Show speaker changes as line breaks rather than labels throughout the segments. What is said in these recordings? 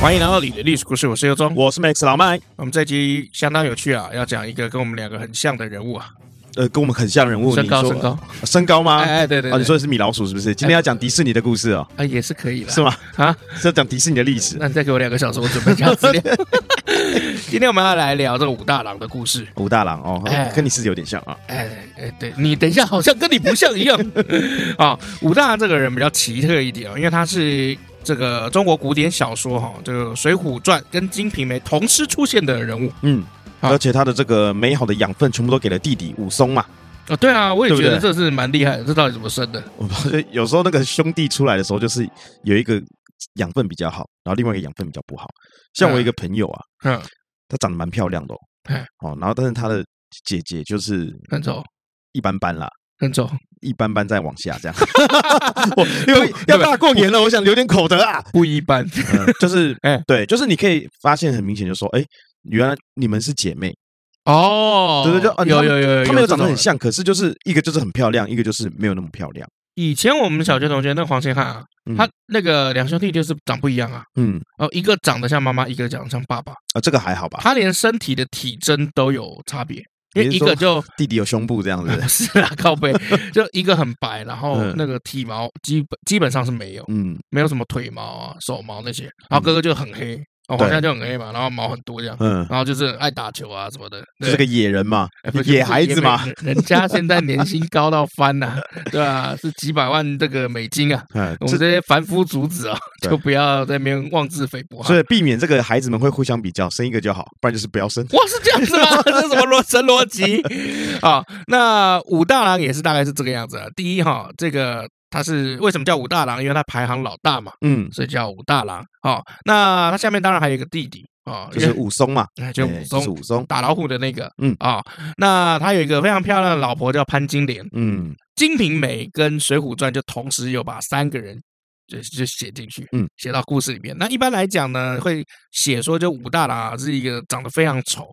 欢迎来到你的历史故事，我是尤忠。
我是 Max 老麦，
我们这集相当有趣啊，要讲一个跟我们两个很像的人物啊，
呃，跟我们很像人物，
身高
你说呃
身高，
身高吗？
哎哎对对
啊，
对
你说的是米老鼠是不是？今天要讲迪士尼的故事哦，
啊也是可以的，
是吗？
啊，
是要讲迪士尼的 历史。
那你再给我两个小时，我准备讲资料。 今天我们要来聊这个武大郎的故事。
武大郎哦
哎，
跟你是有点像啊，
哎哎，对你等一下，好像跟你不像一 样啊。武大郎这个人比较奇特一点哦，因为他是这个中国古典小说哈、这个《水浒传》跟《金瓶梅》同时出现的人物
嗯，
好
而且他的这个美好的养分全部都给了弟弟武松嘛。
啊。对啊，我也
对不
觉
对
得这是蛮厉害的，这到底怎么生的？
我发现有时候那个兄弟出来的时候，就是有一个养分比较好，然后另外一个养分比较不好。像我一个朋友啊，
嗯，
她长得蛮漂亮的哦
哎，
哦，然后但是她的姐姐就是
很丑，
一般般啦，
很丑。
一般般再往下这 样。我因为要大过年了，我想留点口德啊。
不一般。
嗯就是，
哎
哎，对，就是你可以发现很明显，就说，哎，原来你们是姐妹，
哦，
对对就啊
有
他们
有有有，
她
有
们
这
又长得
种
很
人。
像，可是就是一个就是很漂亮，一个就是没有那么漂亮。
以前我们小学同学那个黄先汉啊，
嗯
他那个两兄弟就是长不一样啊，
嗯，
哦，一个长得像妈妈，一个长得像爸爸，
啊，这个还好吧？
他连身体的体征都有差别，因为
你
一
是说
个就。
弟弟有胸部这样子
不，是啦，靠 背，就一个很白，然后
嗯
那个体毛基本基本上是没有，
嗯，
没有什么腿毛啊、手毛那些。然后哥哥就很黑，哦，黄
对
先汉就很黑嘛，然后毛很多这样，
嗯，
然后就是爱打球啊什么的，
就
对
是个野人嘛
哎不，是
野孩子嘛
不，是也没人家现在年薪高到翻呐、对啊，是几百万这个美金啊。
嗯，
我
这
们这些凡夫俗子啊，
对
就不要在那边妄自菲薄、啊。
所以避免这个孩子们会互相比较，生一个就好，不然就是不要生。
哇，是这样子 吗？这是什么逻神逻辑啊？那武大郎也是大概是这个样子啊。第一哈，这个他是为什么叫武大郎？因为他排行老大嘛，
嗯，
所以叫武大郎。哦，那他下面当然还有一个弟弟啊，
就是武松嘛，
因为哎就
哎
武
就是
松
武松，
打老虎的那个。
嗯
啊、那他有一个非常漂亮的老婆叫潘金莲。
嗯，
《金瓶梅》跟《水浒传》就同时有把三个人就就写进去，
嗯，
写到故事里面。那一般来讲呢，会写说就武大郎啊是一个长得非常丑，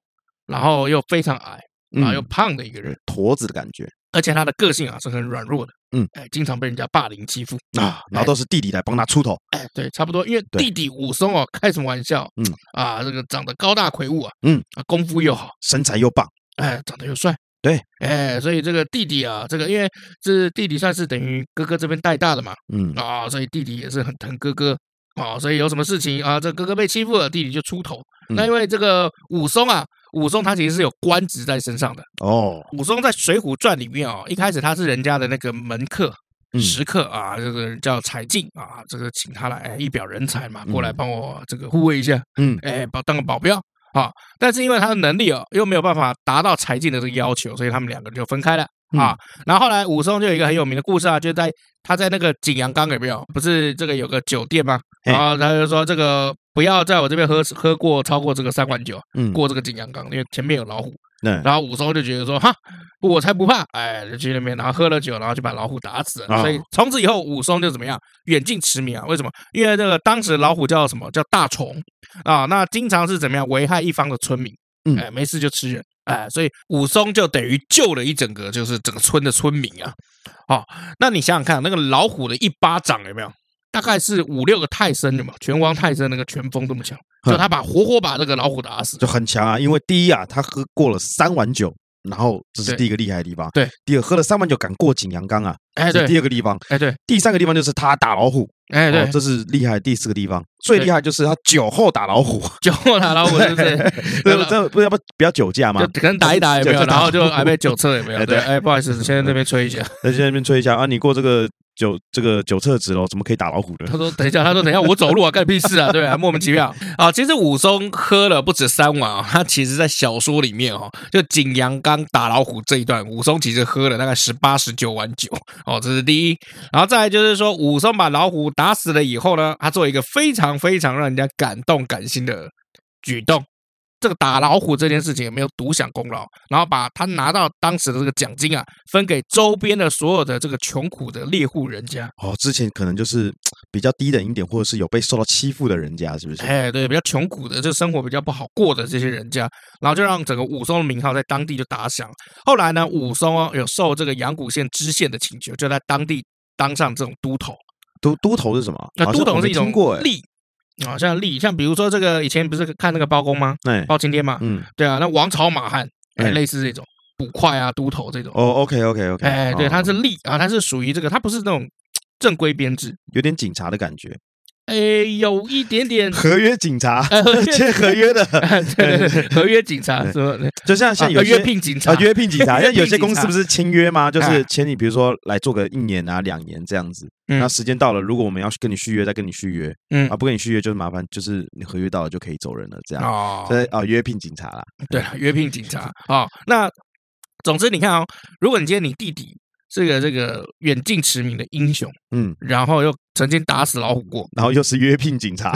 然后又非常矮，然后又
嗯
胖的一个人，
驼子的感觉
而且他的个性啊是很软弱的，
嗯，
哎，经常被人家霸凌欺负，
啊，然后都是弟弟来帮他出头，
哎，对，差不多。因为
对
弟弟武松哦，开什么玩笑，
嗯
啊，这个长得高大魁梧啊，
嗯
啊，功夫又好，
身材又棒，
哎，长得又帅，
对，
哎，所以这个弟弟啊，这个因为这弟弟算是等于哥哥这边带大的嘛。
嗯，
啊、所以弟弟也是很疼哥哥啊、所以有什么事情啊，这哥哥被欺负了，弟弟就出头。
嗯
那因为这个武松啊，武松他其实是有官职在身上的。
哦，
武松在《水浒传》里面哦，一开始他是人家的那个门客。
嗯
食客啊，这个叫柴进啊，这个请他来哎一表人才嘛，
嗯
过来帮我这个护卫一下，
嗯
哎，保当个保镖啊。但是因为他的能力哦，又没有办法达到柴进的这个要求，所以他们两个就分开了啊。然后后来武松就有一个很有名的故事啊，就在他在那个景阳冈有没有？不是这个有个酒店吗？
哎
然后他就说这个不要在我这边喝喝过超过这个三碗酒，
嗯，
过这个景阳冈，因为前面有老虎。
那
然后武松就觉得说哈，我才不怕，哎，就去那边，然后喝了酒，然后就把老虎打死了。
啊
所以从此以后，武松就怎么样，远近驰名啊？为什么？因为这个当时老虎叫什么叫大虫啊？那经常是怎么样危害一方的村民，
嗯
哎，没事就吃人，哎，所以武松就等于救了一整个就是整个村的村民啊。哦，那你想想看，那个老虎的一巴掌有没有？大概是五六个泰森有没有？拳王泰森那个拳风这么强，就他把活活把这个老虎打死。
就很强啊，因为第一啊，他喝过了三碗酒。然后这是
对
第一个厉害的地方，
对。
第二，喝了三碗酒敢过景阳冈啊，
哎，
这
对，
是第二个地方。
哎对，
第三个地方就是他打老虎，
哎对
哦，，这是厉害的第四个地方。最
对
厉害就是他酒后打老 虎，？
酒后打老虎是不是
这这不要不不要酒驾吗
就？可能打一打有没有，
就打
然后就还被酒测有没有？对，
哎 对
哎，不好意思，先在那边吹一下。
那就在那边吹一下啊，你过这个酒这个酒测值喽，怎么可以打老虎呢？
他说等一下，他说等一下，我走路啊，干 屁事啊？对啊，莫名其妙啊。其实武松喝了不止三碗啊，他其实在小说里面哦，就景阳冈打老虎这一段，武松其实喝了大概十八十九碗酒哦，这是第一。然后再来就是说，武松把老虎打死了以后呢，他做一个非常非常让人家感动感心的举动。这个打老虎这件事情也没有独享功劳，然后把他拿到当时的这个奖金啊，分给周边的所有的这个穷苦的猎户人家。
哦，之前可能就是比较低等一点，或者是有被受到欺负的人家，是不是？
哎，对，比较穷苦的，就生活比较不好过的这些人家，然后就让整个武松的名号在当地就打响。后来呢，武松哦有受这个阳谷县知县的请求，就在当地当上这种都头。
都都头是什么？
那
好像
啊都头
我
是
没
一种
听过哎，
吏，啊，像吏，像比如说这个以前不是看那个包公吗？
哎，
包青天嘛，
嗯，
对啊，那王朝马汉，哎，
哎
类似这种捕快啊、都头这种。
哦，OK OK OK，哦
哎，对，他是吏啊，他是属于这个，他不是那种正规编制，
有点警察的感觉，，
哎，有一点点
合约警察
哎嗯合约，
签合约 的，
对对对，合约警察是吧？
就像像
啊
有
合
些
约聘警察
啊，，约聘警 察，
约聘
像有些公
警
司
察
不是签约吗？就是
哎
签你，比如说来做个一年啊、两年这样子。
嗯
那时间到了，如果我们要跟你续约，再跟你续约
嗯
啊，不跟你续约就是麻烦，就是你合约到了就可以走人了这样。
哦，
这啊，约聘警察啦，
对了，约聘警察嗯啊、哦。那总之，你看哦，如果你今天你弟弟是个这个远近驰名的英雄，
嗯，，
然后又曾经打死老虎过
然后又是约聘警察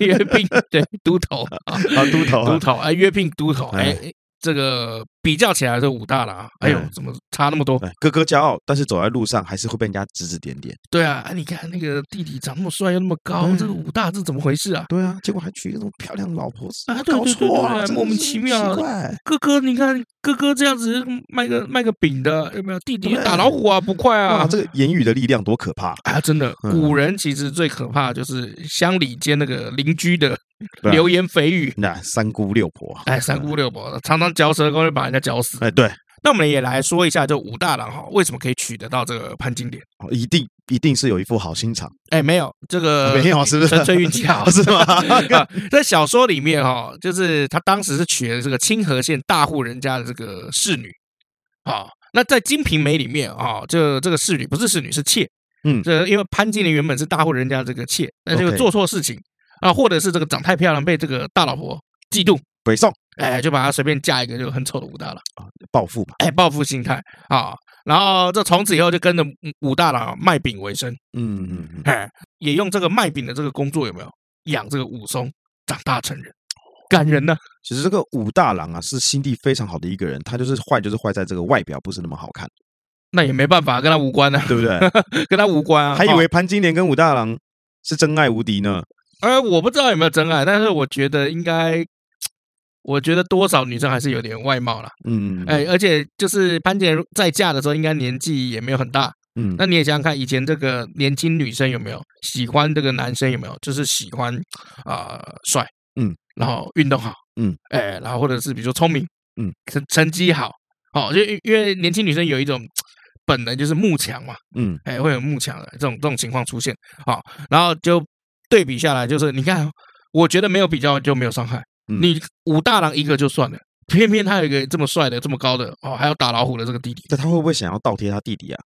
约聘对都 头啊，
啊，都头
都
啊，
头哎，约聘都头哎
哎，
这个比较起来这武大了啊，哎呦
嗯，
怎么差那么多？
哎哥哥骄傲，但是走在路上还是会被人家指指点点。
对啊，哎你看那个弟弟长那么帅又那么高，
嗯
这个武大是怎么回事啊？
对啊，结果还娶那种漂亮的老婆，
啊对
搞
对对
错啊
对，
真的
莫名
是
其妙
奇怪
哥哥，你看哥哥这样子卖个卖个饼的，有没有？弟弟
对
打老虎啊，不快啊！
哇，这个言语的力量多可怕！
啊，真的，
嗯
古人其实最可怕的就是乡里间那个邻居的
对啊
流言蜚语，
那三姑六婆啊，
哎，三姑六婆的常常嚼舌根会把人家嚼死。
哎，对，
那我们也来说一下，就武大郎哈，为什么可以娶得到这个潘金莲？
哦一定一定是有一副好心肠，
哎，没有这个
没有是不是，
纯粹 运气好
是吗？
啊在小说里面哈、就是他当时是娶了这个清河县大户人家的这个侍女，啊、那在《金瓶梅》里面啊、就这个侍女不是侍女是妾，
嗯
这因为潘金莲原本是大户人家这个妾，那就
OK
做错事情啊，或者是这个长太漂亮被这个大老婆嫉妒，
北宋
哎，就把她随便嫁一个就很丑的武大郎，
暴富吧，
哎，报复心态啊、然后这从此以后就跟着武大郎卖饼为生，
嗯嗯嗯，
哎，也用这个卖饼的这个工作有没有养这个武松长大成人，感人呢、
其实这个武大郎啊，是心地非常好的一个人，他就是坏，就是坏在这个外表不是那么好 看，
那也没办法，跟他无关啊，
对不对？
跟他无关啊。
还以
哦
为潘金莲跟武大郎是真爱无敌呢，
呃，我不知道有没有真爱，但是我觉得应该，我觉得多少女生还是有点外貌啦。
嗯，
哎，而且就是潘姐在嫁的时候，应该年纪也没有很大。
嗯，
那你也想想看，以前这个年轻女生有没有喜欢这个男生有没有？就是喜欢啊、帅，
嗯，
然后运动好，
嗯，
哎，然后或者是比如说聪明，
嗯，
成成绩好，哦，就因因为年轻女生有一种本能就是慕强嘛，
嗯，
哎，会有慕强的这种这种情况出现啊、好然后就对比下来，就是你看，我觉得没有比较就没有伤害。
嗯
你武大郎一个就算了，偏偏他有一个这么帅的、这么高的哦，还有打老虎的这个弟弟，
那他会不会想要倒贴他弟弟啊？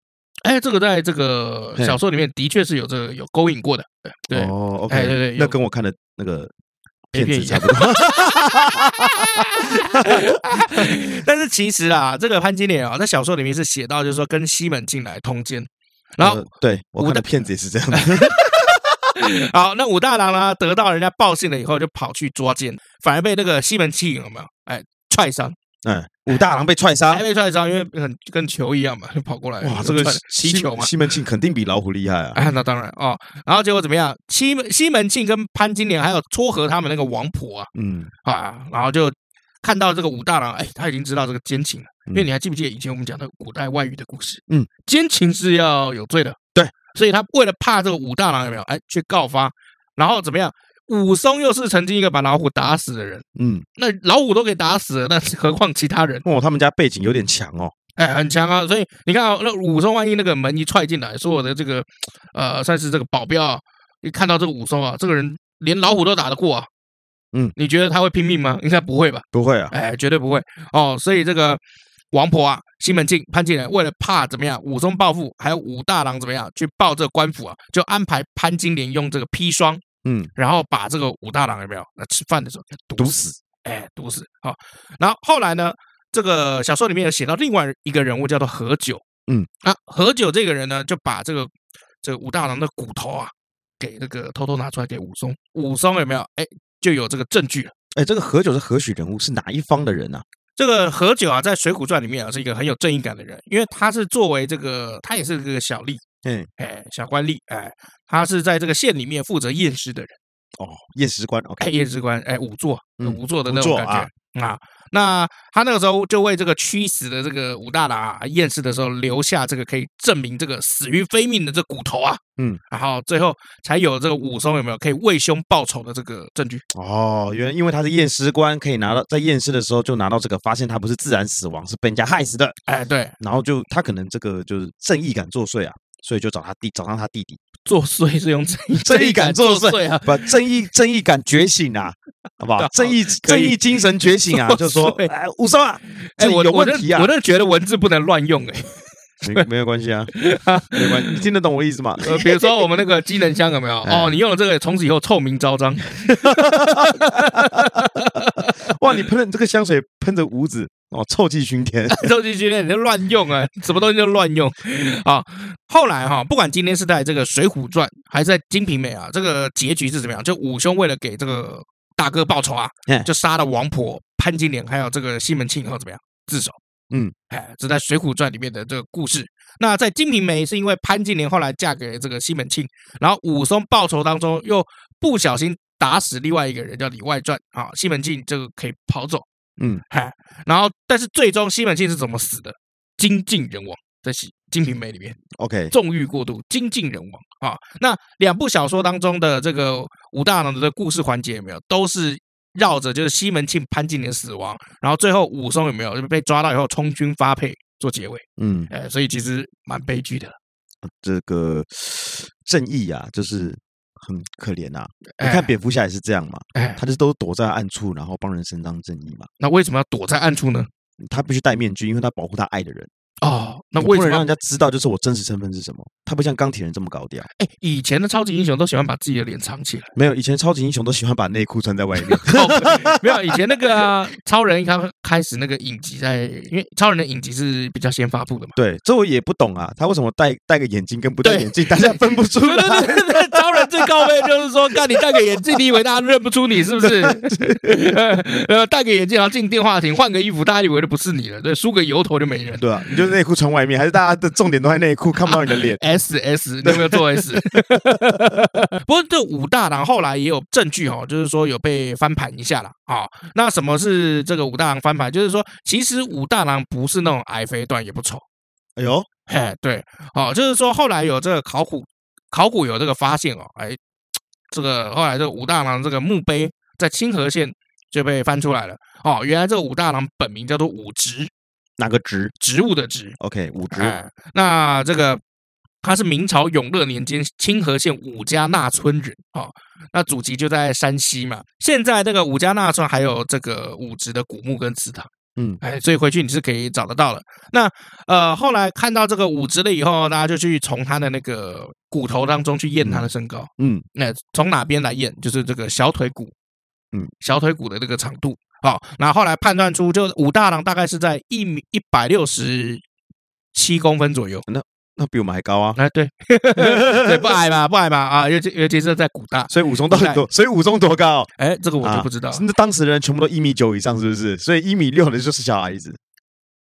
哎，这个在这个
嘿
小说里面的确是有这个有勾引过的，对对。
哦
哎对
，OK，
对有
那跟我看的那个片
A 片
子
一
差
样
不多，
但是其实啊，这个潘金莲啊，在小说里面是写到，就是说跟西门庆来通奸，然后
呃对我
武
看
大
的片子也是这样 的，呃
好，那武大郎呢，得到人家报信了以后，就跑去抓奸，反而被那个西门庆有没有？哎，踹伤，
嗯，武大郎被踹伤
还。被踹伤，因为很跟球一样嘛，就跑过来，
哇，这个
踹踢
西
球嘛。
西门庆肯定比老虎厉害 啊！
哎，那当然哦。然后结果怎么样？西门西门庆跟潘金莲还有撮合他们那个王婆啊
嗯，
啊，然后就看到这个武大郎，哎，他已经知道这个奸情了。因为
嗯
你还记不记得以前我们讲的古代外遇的故事？
嗯，
奸情是要有罪的。
对，
所以他为了怕这个武大郎有没有，哎，去告发，然后怎么样？武松又是曾经一个把老虎打死的人，
嗯，
那老虎都给打死了，那何况其他人？
哦，他们家背景有点强哦，
哎，很强啊！所以你看、啊，那武松万一那个门一踹进来，所有的这个呃，算是这个保镖啊，一看到这个武松啊，这个人连老虎都打得过啊。
嗯，
你觉得他会拼命吗？应该不会吧？
不会啊，
哎，绝对不会哦。所以这个王婆啊，西门庆、潘金莲为了怕怎么样，武松报复，还有武大郎怎么样去报这个官府啊，就安排潘金莲用这个砒霜，
嗯，
然后把这个武大郎有没有？那吃饭的时候给
毒
毒死。
死，
哎，毒死好。然后后来呢，这个小说里面有写到另外一个人物叫做何九，
嗯，
啊，何九这个人呢，就把这个这个武大郎的骨头啊，给那个偷偷拿出来给武松，武松有没有？哎，就有这个证据了，
哎，这个何九是何许人物？是哪一方的人啊？
这个何九啊，在《水浒传》里面啊，是一个很有正义感的人，因为他是作为这个，他也是这个小吏，
嗯，
哎，小官吏，哎，他是在这个县里面负责验尸的人，
哦，验尸官
哎，
，OK，
验尸官，哎，仵作，
嗯
仵作的那
仵
种
作
感觉啊。那他那个时候就为这个驱死的这个武大郎啊，验尸的时候留下这个可以证明这个死于非命的这骨头啊，
嗯，
然后最后才有这个武松有没有可以为兄报仇的这个证据。
哦，原来因为他是验尸官，可以拿到在验尸的时候就拿到这个，发现他不是自然死亡，是被人家害死的，
哎，对，
然后就他可能这个就是正义感作祟啊，所以就找他弟，找上他弟弟，
作祟是用正义
正义感作祟
啊，
把正义正义感觉醒啊，好不好
好？
正义
可
正
以
义精神觉醒 啊，
作
就说
祟
哎，武松啊，
哎，
这
我
有
我
问
就
题啊
我，就觉得文字不能乱用哎、
没没有关系啊，没有关系，你听得懂我意思吗？
呃，比如说我们那个机能箱有没 有？
哎
哦，你用了这个，从此以后臭名昭彰。
哇，你喷的这个香水喷着五指哦，臭气熏天。
周级训练你就乱用啊，什么东西就乱用啊。后来哈、不管今天是在这个《水浒传》还是在《金瓶梅》啊，这个结局是怎么样？就武兄为了给这个大哥报仇啊
嗯，
就杀了王婆、潘金莲还有这个西门庆以后怎么样自首？
嗯，
哎，这在《水浒传》里面的这个故事。那在《金瓶梅》是因为潘金莲后来嫁给了这个西门庆，然后武松报仇当中又不小心打死另外一个人叫李外传啊，西门庆这个可以跑走。
嗯，
哎，然后但是最终西门庆是怎么死的？精尽人亡，在《西金瓶梅》里面，
OK，
纵欲过度，精尽人亡啊。那两部小说当中的这个武大郎的故事环节有没有，都是绕着就是西门庆、潘金莲死亡，然后最后武松有没有就被抓到以后充军发配做结尾？
嗯，啊
哎，所以其实蛮悲剧的。
这个正义啊，就是很可怜呐、你
哎
看蝙蝠侠也是这样嘛，
哎，
他就是都躲在暗处，然后帮人伸张正义嘛。
那为什么要躲在暗处呢？
他必须戴面具，因为他保护他爱的人，
哦，那
你
为
不
什么
能让
要
人？家知道就是我真实身份是什么？他不像钢铁人这么高调。
哎，以前的超级英雄都喜欢把自己的脸藏起来。
没有，以前超级英雄都喜欢把内裤穿在外面。
靠北 没有以前那个啊、超人刚开始那个影集在，因为超人的影集是比较先发布的嘛。
对，这我也不懂啊，他为什么戴戴个眼镜跟不戴
对
眼镜，大家分不 出
对
来。
对对对，超人最高位就是说，看你戴个眼镜，你以为大家认不出你是不 是？呃，戴个眼镜，然后进电话亭，换个衣服，大家以为就不是你了。对，梳个油头就没人。。
对啊，你就内裤穿外面，还是大家的重点都在内裤，看不到你的脸
S S，你有没有做 S？不过这武大郎后来也有证据哦，就是说有被翻盘一下了啊、那什么是这个武大郎翻盘？就是说，其实武大郎不是那种矮肥段，也不丑。
哎呦，
哎，对，哦，就是说后来有这个考古，考古有这个发现哦，哎，这个后来这个武大郎这个墓碑在清河县就被翻出来了。哦，原来这个武大郎本名叫做武植，
哪个值
植物的植。
？OK，五值。
哎，那这个他是明朝永乐年间清河县武家那村人哦，那祖籍就在山西嘛。现在这个武家那村还有这个武职的古墓跟祠堂。
嗯
哎，所以回去你是可以找得到的。那呃，后来看到这个武职了以后，大家就去从他的那个骨头当中去验他的身高。
嗯，
那从哪边来验？就是这个小腿骨，
嗯，
小腿骨的这个长度。好、然后后来判断出，就武大郎大概是在一米一百六十七公分左右。
那比我们还高啊。
哎，对， 对，不矮吧，不矮吧啊！尤其尤其是在古大，
所以武松到底多？所以武松多高？
哎，这个我就
啊
不知道了。
那当时的人全部都一米九以上，是不是？所以一米六的就是小孩子。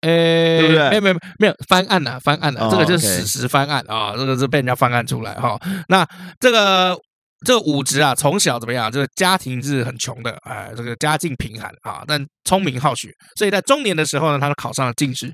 哎，
不对
没有没有没有翻案了，翻案了，
哦
这个就是
OK
史实翻案啊，这个是被人家翻案出来哈。那这个这个武职啊，从小怎么样？这个家庭是很穷的，哎，这个家境贫寒啊，但聪明好学，所以在中年的时候呢，他就考上了进士。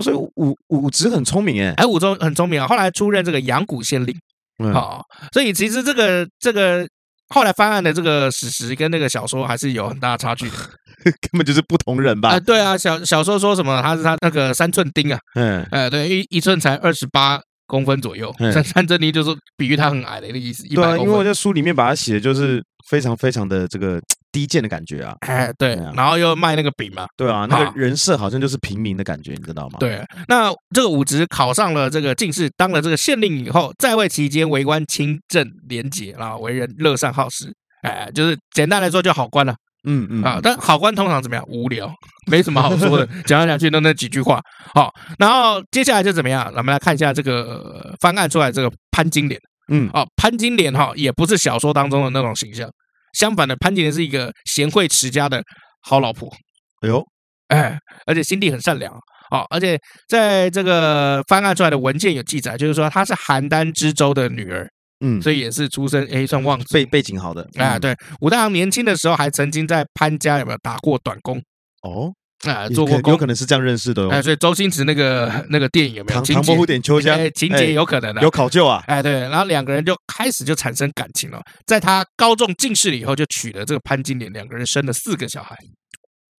所以武武职很聪明哎。
哎，武忠很聪明啊，后来出任这个阳谷县令。
嗯，
好、所以其实这个这个后来翻案的这个史实跟那个小说还是有很大的差 距的
啊根本就是不同人
啊、
吧？
对啊，小小说说什么？他是他那个三寸钉啊，
嗯，
呃，对，一一寸才二十八公分左右，
嗯
三三寸钉就是比喻他很矮的一个意思，一
对
百
啊，因为
公
我
分。
在书里面把它写的就是非常非常的这个低贱的感觉啊。
哎，对
对啊，
然后又卖那个饼嘛，
对啊，那
啊
个人设好像就是平民的感觉，你知道吗？，
对。那这个武职考上了这个进士，当了这个县令以后，在位期间为官清正廉洁，然后为人乐善好施，哎，就是简单来说就好官了。
嗯嗯
啊，但好官通常怎么样？无聊，没什么好说的，讲来讲去都那几句话。好，然后接下来就怎么样？咱们来看一下这个呃翻案出来这个潘金莲
嗯，
啊，潘金莲哈也不是小说当中的那种形象，相反的，潘金莲是一个贤惠持家的好老婆，
哎呦，
哎，而且心地很善良啊、哦。而且在这个翻案出来的文件有记载，就是说她是邯郸知州的女儿，
嗯，
所以也是出身哎算望族
背背景好的
啊。
嗯
对，武大郎年轻的时候还曾经在潘家有没有打过短工
哦，
啊，
也
做过
可有
工
可能是这样认识的
哎，
哦。
所以周星驰那个那个电影有没有
唐
情
唐伯虎
节？
点秋香
哎，，情
哎
节有可能的，
有考究啊，
哎，对，然后两个人就开始就产生感情了。在他高中进士了以后，就娶了这个潘金莲，两个人生了四个小孩。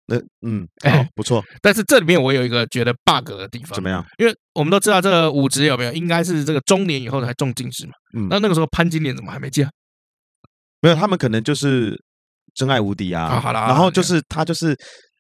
那嗯，
哎
好不错，
但是这里面我有一个觉得 bug 的地方
怎，么样？
因为我们都知道这个武职有没有，应该是这个中年以后才中进士嘛。
嗯
那那个时候潘金莲怎么还没啊嫁？
没有，他们可能就是真爱无敌啊。
啊好啦
然后就是他就是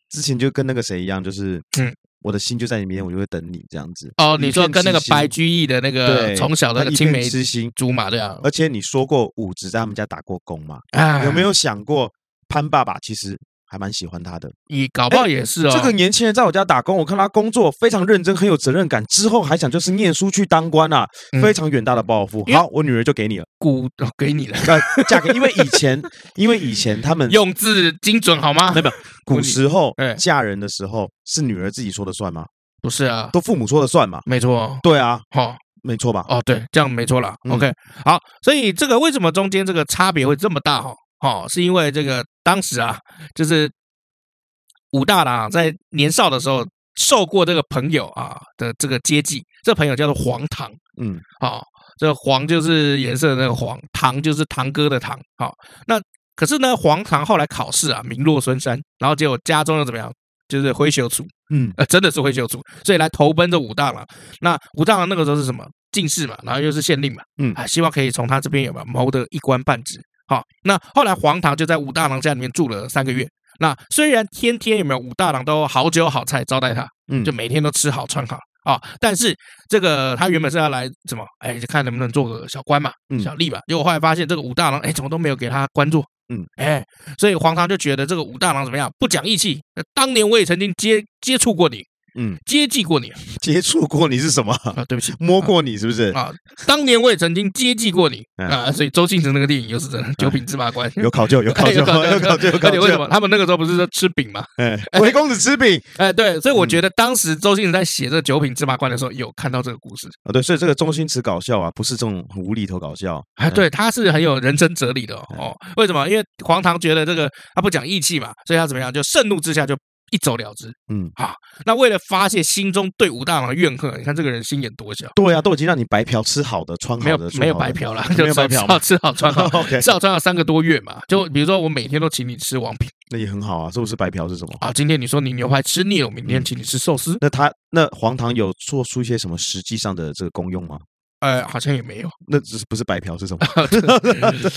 之前就跟那个谁一样，就是
嗯
嗯，我的心就在你面前，我就会等你这样子。
哦，
一
你说
片
跟那个
痴心
白居易的那个
对
从小的
他
那个
一
青
片
梅
痴心，
竹马对啊，
而且你说过武职在他们家打过工嘛？
啊
有没有想过潘爸爸其实还蛮喜欢他的？
你搞不好也是哦。
哎这个年轻人在我家打工，我看他工作非常认真，很有责任感，之后还想就是念书去当官啊
嗯，
非常远大的抱负。
因为
好，我女儿就给你了，
古哦给你了，
呃，嫁给，因为以前，因为以前 他们
用字精准好吗？
古时候
哎
嫁人的时候是女儿自己说的算吗？
不是啊，
都父母说的算嘛？
没错，
对啊，
好。
没错吧？
哦，对，这样没错了。
嗯
OK，好，所以这个为什么中间这个差别会这么大哈？哦，是因为这个当时啊，就是武大郎啊在年少的时候受过这个朋友啊的这个接济，这朋友叫做黄唐
嗯，
啊、哦，这黄就是颜色的那个黄，唐就是堂哥的堂。好、那可是呢，黄唐后来考试啊，名落孙山，然后结果家中又怎么样？就是灰朽处，
嗯，
呃，真的是会救主，所以来投奔这武大郎。那武大郎那个时候是什么进士嘛，然后又是县令嘛，
嗯
啊，希望可以从他这边有没有谋得一官半职。好，那后来黄唐就在武大郎家里面住了三个月。那虽然天天有没有武大郎都好酒好菜招待他，
嗯
就每天都吃好穿好啊、但是这个他原本是要来什么？哎，就看能不能做个小官嘛，
嗯
小吏吧。结果后来发现这个武大郎哎，怎么都没有给他官做。
嗯，
哎，所以黄唐就觉得这个武大郎怎么样？不讲义气。那当年我也曾经接接触过你，
嗯，
接济过你
接触过你是什么？
啊，对不起。
摸过你是不是？
啊，当年我也曾经接济过你
嗯
啊，所以周星驰那个电影又是真的九品芝麻官，
有考究，有考究，
哎有考究
有考究，有考
而且为什
究。
么他们那个时候不是说吃饼吗？
哎，围公子吃饼
哎，对，所以我觉得当时周星驰在写这九品芝麻官的时候，有看到这个故事
啊，对，所以这个中心词搞笑啊，不是这种很无厘头搞笑。
啊，对，他是很有人生哲理的哦
嗯
哦。为什么？因为黄唐觉得这个他不讲义气嘛，所以他怎么样就盛怒之下就一走了之。啊
嗯，
那为了发泄心中对武大郎的怨恨，你看这个人心眼多小，
对啊，都已经让你白嫖吃好的，穿
没
好
有
的，
没有
住好
白
的
嫖了，
没
就
有白
是
嫖
好
嘛。。
吃好穿好
OK，
至少穿了三个多月嘛，就比如说我每天都请你吃王品
那也很好啊，是不是白嫖是什么？
啊，今天你说你牛排吃腻了，我明
嗯
天请你吃寿司，
那他那黄糖有做出一些什么实际上的这个功用吗？
呃，好像也没 有，
那只是不是白嫖是什么？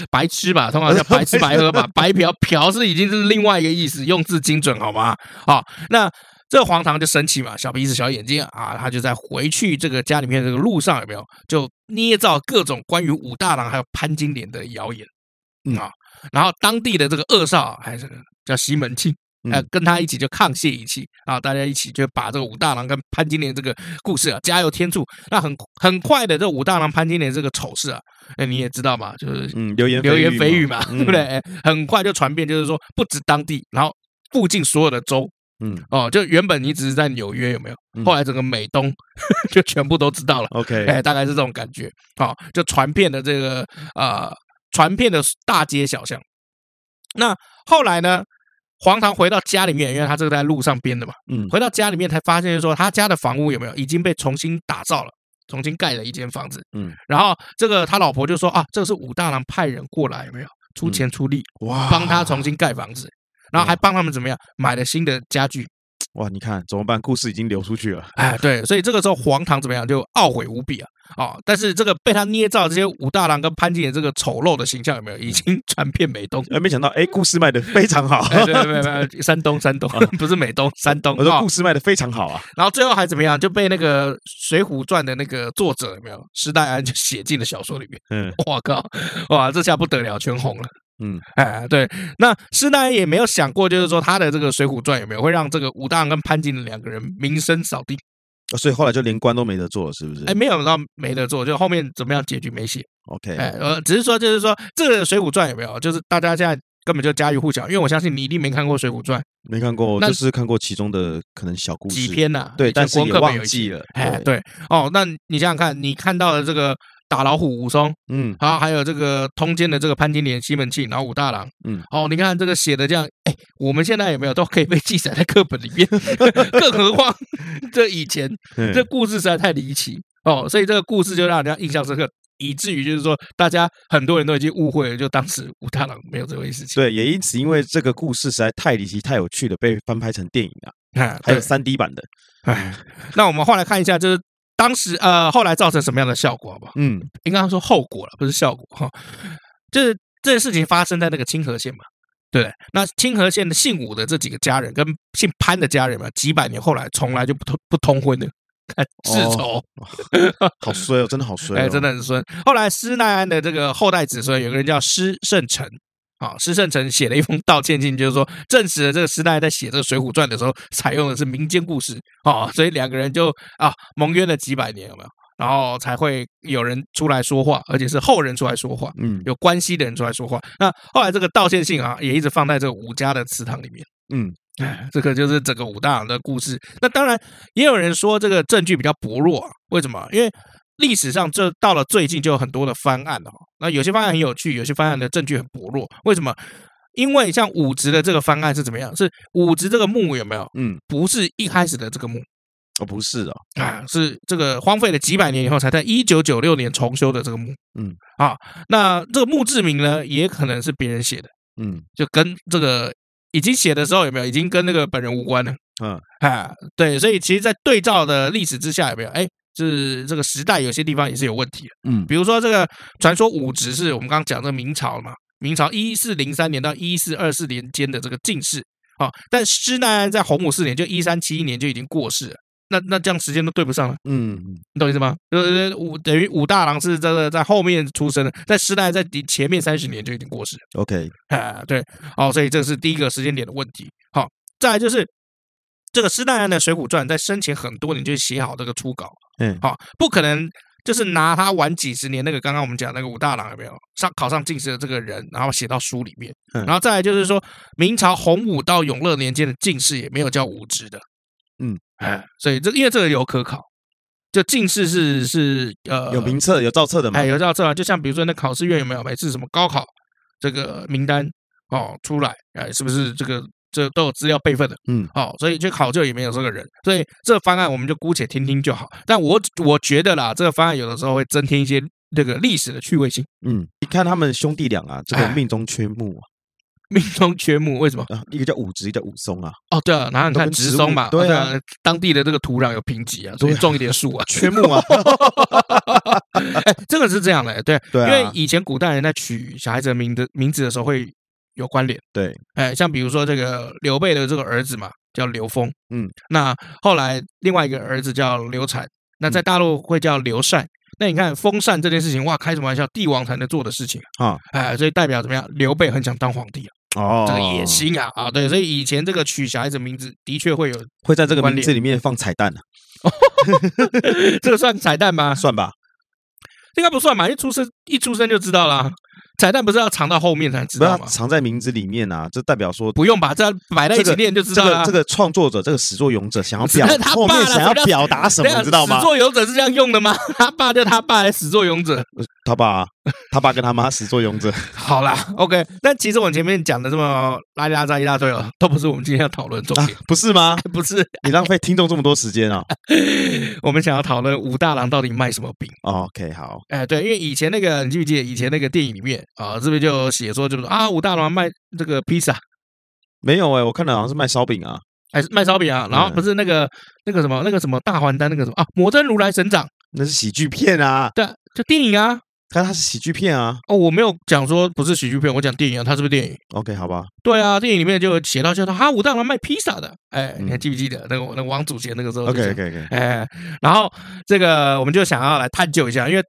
白吃吧，通常叫白吃白喝 吧，白嫖嫖是已经是另外一个意思，用字精准好吗？好，那这个黄唐就生气嘛，小鼻子小眼睛啊，他就在回去这个家里面这个路上有没有就捏造各种关于武大郎还有潘金莲的谣言
嗯
啊，然后当地的这个恶少啊还是叫西门庆。
嗯
呃，跟他一起就沆瀣一气啊，大家一起就把这个武大郎跟潘金莲这个故事啊加油添醋。那很很快的，这武大郎潘金莲这个丑事啊，那你也知道嘛，就是
嗯，流言
流言蜚
蜚
语
语
嘛，
嗯
对不对？哎很快就传遍，就是说不止当地，然后附近所有的州
嗯
哦，就原本你只是在纽约有没有？
嗯
后来整个美东就全部都知道了，
，OK，
哎，大概是这种感觉。好，就传遍的这个呃，传遍的大街小巷。那后来呢？黄唐回到家里面，因为他这个在路上编的嘛，
嗯
回到家里面才发现，说他家的房屋有没有已经被重新打造了，重新盖了一间房子。
嗯，
然后这个他老婆就说啊，这是武大郎派人过来，有没有出
嗯
钱出力
哇
帮他重新盖房子，然后还帮他们怎么样买了新的家具。
哇，你看怎么办？故事已经流出去了，
哎，对，所以这个时候黄唐怎么样就懊悔无比啊。哦，但是这个被他捏造的这些武大郎跟潘金莲这个丑陋的形象有没有
嗯
已经 传遍美 东？
哎，没想到哎，故事卖的非常好，
哎，对对对对对，山东山东 不是美东，山东。
啊我说
哦
故事卖的非常好啊，
然后最后还怎么样，就被那个《水浒传》的那个作者有没有施耐庵就写进了小说里面。
嗯
我靠，哇，这下不得了，全红了。
嗯，
哎，对，那施耐庵也没有想过，就是说他的这个《水浒传》有没有会让这个武大郎跟潘金莲两个人名声扫地？
哦所以后来就连官都没得做了，是不是
哎，没有到没得做，就后面怎么样结局没写。
？OK，
哎哎，呃，只是说就是说这个《水浒传》有没有，就是大家现在根本就家喻户晓，因为我相信你一定没看过《水浒传》
没看过，
那
就是看过其中的可能小故事
几篇呐、
对，
以前
但是
国文
也
课本
忘
有一
记
集。
了。
哎，，对哦，那你想想看，你看到的这个打老虎武松，
嗯，
然后还有这个通奸的这个潘金莲、西门庆，然后武大郎，
嗯，
哦，你看这个写的这样，哎，我们现在有没有都可以被记载在课本里面， 更何况 这以前
嗯
这故事实在太离奇哦，所以这个故事就让人家印象深刻，以至于就是说，大家很多人都已经误会了，就当时武大郎没有这回事情。
对，也因此因为这个故事实在太离奇、太有趣了，被翻拍成电影啊，
哎，
还
对
有三 D 版的。
哎，那我们后来看一下，就是当时呃后来造成什么样的效果，好不好？
嗯，
应该说后果了，不是效果哈。就是这个事情发生在那个清河县嘛，对不对？那清河县的姓武的这几个家人跟姓潘的家人嘛，几百年后来从来就不通不通婚的， 看世
哦
仇。
好衰哦，真的好衰、哦，
哎，真的。很孙。后来施耐庵的这个后代子孙有个人叫施圣成。啊，施圣成写了一封道歉信，就是说证实了这个施耐庵在写这个《水浒传》的时候采用的是民间故事啊，所以两个人就啊蒙冤了几百年，有没有？然后才会有人出来说话，而且是后人出来说话，
嗯
有关系的人出来说话。那后来这个道歉信啊，也一直放在这个武家的祠堂里面。
嗯，
哎， 这个就是整个武大郎的故事。那当然，也有人说这个证据比较薄弱、啊，为什么？因为历史上这到了最近就有很多的翻案了、哦。那有些翻案很有趣，有些翻案的证据很薄弱。为什么？因为像武职的这个翻案是怎么样？是武职这个墓有没有？
嗯，
不是一开始的这个墓
哦，不是哦，
啊，是这个荒废了几百年以后，才在一九九六年重修的这个墓。
嗯，
啊，那这个墓志铭呢，也可能是别人写的。
嗯
就跟这个已经写的时候有没有已经跟那个本人无关了？
嗯
啊，对，所以其实，在对照的历史之下，有没有？哎，就是这个时代有些地方也是有问题的。
嗯
比如说这个传说武职是我们刚刚讲这个明朝嘛，明朝一四零三年到一四二四年间的这个进士啊，但施耐庵在洪武四年，就一三七一年就已经过世了。那那这样时间都对不上了，
嗯，
你懂意思吗？就是武等于武大郎是这个在后面出生的，但施耐庵在前面三十年就已经过世了。
，OK，
啊，对，哦，所以这是第一个时间点的问题。好、再来就是这个施耐庵的《水浒传》在生前很多年就写好这个初稿，
嗯
好、不可能就是拿他晚几十年那个刚刚我们讲那个武大郎有没有上考上进士的这个人，然后写到书里面，
嗯
然后再来就是说明朝洪武到永乐年间的进士也没有叫武职的，
嗯，
哎，所以这因为这个有可考，就进士是是呃
有名册有造册的嘛
哎，？有照册啊，就像比如说那考试院有没有每次什么高考这个名单哦出来，哎，是不是这个这都有资料备份的？
嗯，
哦，所以去考究也没有这个人，所以这个方案我们就姑且听听就好。但我我觉得啦，这个方案有的时候会增添一些这个历史的趣味性。
嗯，你看他们兄弟俩啊，这
哎
个命中缺木啊
命中缺木，为什么？
啊，一个叫武直，一个叫武松啊，
哦，对啊，然后你
都
看
跟
植
植物
松嘛，
对啊
啊，当地的这个土壤有贫瘠啊，所以
对啊
种一点树啊，
缺 木啊，
哎，这个是这样的，对，
对
因为
啊，
以前古代人在取小孩子的名字名字的时候会有关联。
对，
哎，像比如说这个刘备的这个儿子嘛，叫刘封，
嗯，
那后来另外一个儿子叫刘禅，那
嗯
在大陆会叫刘禅。那你看封禅这件事情，哇，开什么玩笑？帝王才能做的事情
啊，
哎，所以代表怎么样？刘备很想当皇帝啊，
哦，
这个野心啊，啊，对，所以以前这个取小孩子名字的确会有，
会在这个
关
名
联
字里面放彩蛋啊，
这个算彩蛋吗？
算吧？
应该不算吧，一出生一出生就知道啦。彩蛋不是要藏到后面才知
不
道
要
吗？
藏在名字里面啊，这代表说
不用吧，这样摆在一
这
起
个
念就知
这
道
个
了。
这个创作者这个始作俑者想要表
是 他
后
爸
面
啦
想
什么叫
要表达什
等一
么，
下
你知道吗
啊始？作俑者是这样用的吗？ 他爸就他爸来始作俑者。
他爸他爸跟他妈始作俑者，
好啦，OK。但其实我前面讲的这么拉里拉扎一大堆哦，都不是我们今天要讨论重点，
不 是吗？
不是
你浪费听众这么多时间啊、
我们想要讨论武大郎到底卖什么饼。
哦 OK，好，
哎，对，因为以前那个，你记不记得以前那个电影里面啊，这边就有写说，就是啊，武大郎卖这个披萨，
没有哎、我看到好像是卖烧饼啊，
还是卖烧饼啊，然后
嗯
不是那个那个什么那个什么大还丹那个什么啊，魔怔如来神掌，
那是喜剧片啊，
对啊，就电影啊。
但它是喜剧片啊。
哦，我没有讲说不是喜剧片，我讲电影啊，它是不是电影？
OK，好吧，
对啊，电影里面就有写到，就说哈武大郎卖披萨的，哎，你还
嗯
记不记得那个我那个王祖贤那个时候就
OK
讲
OK OK，
哎，然后这个我们就想要来探究一下，因为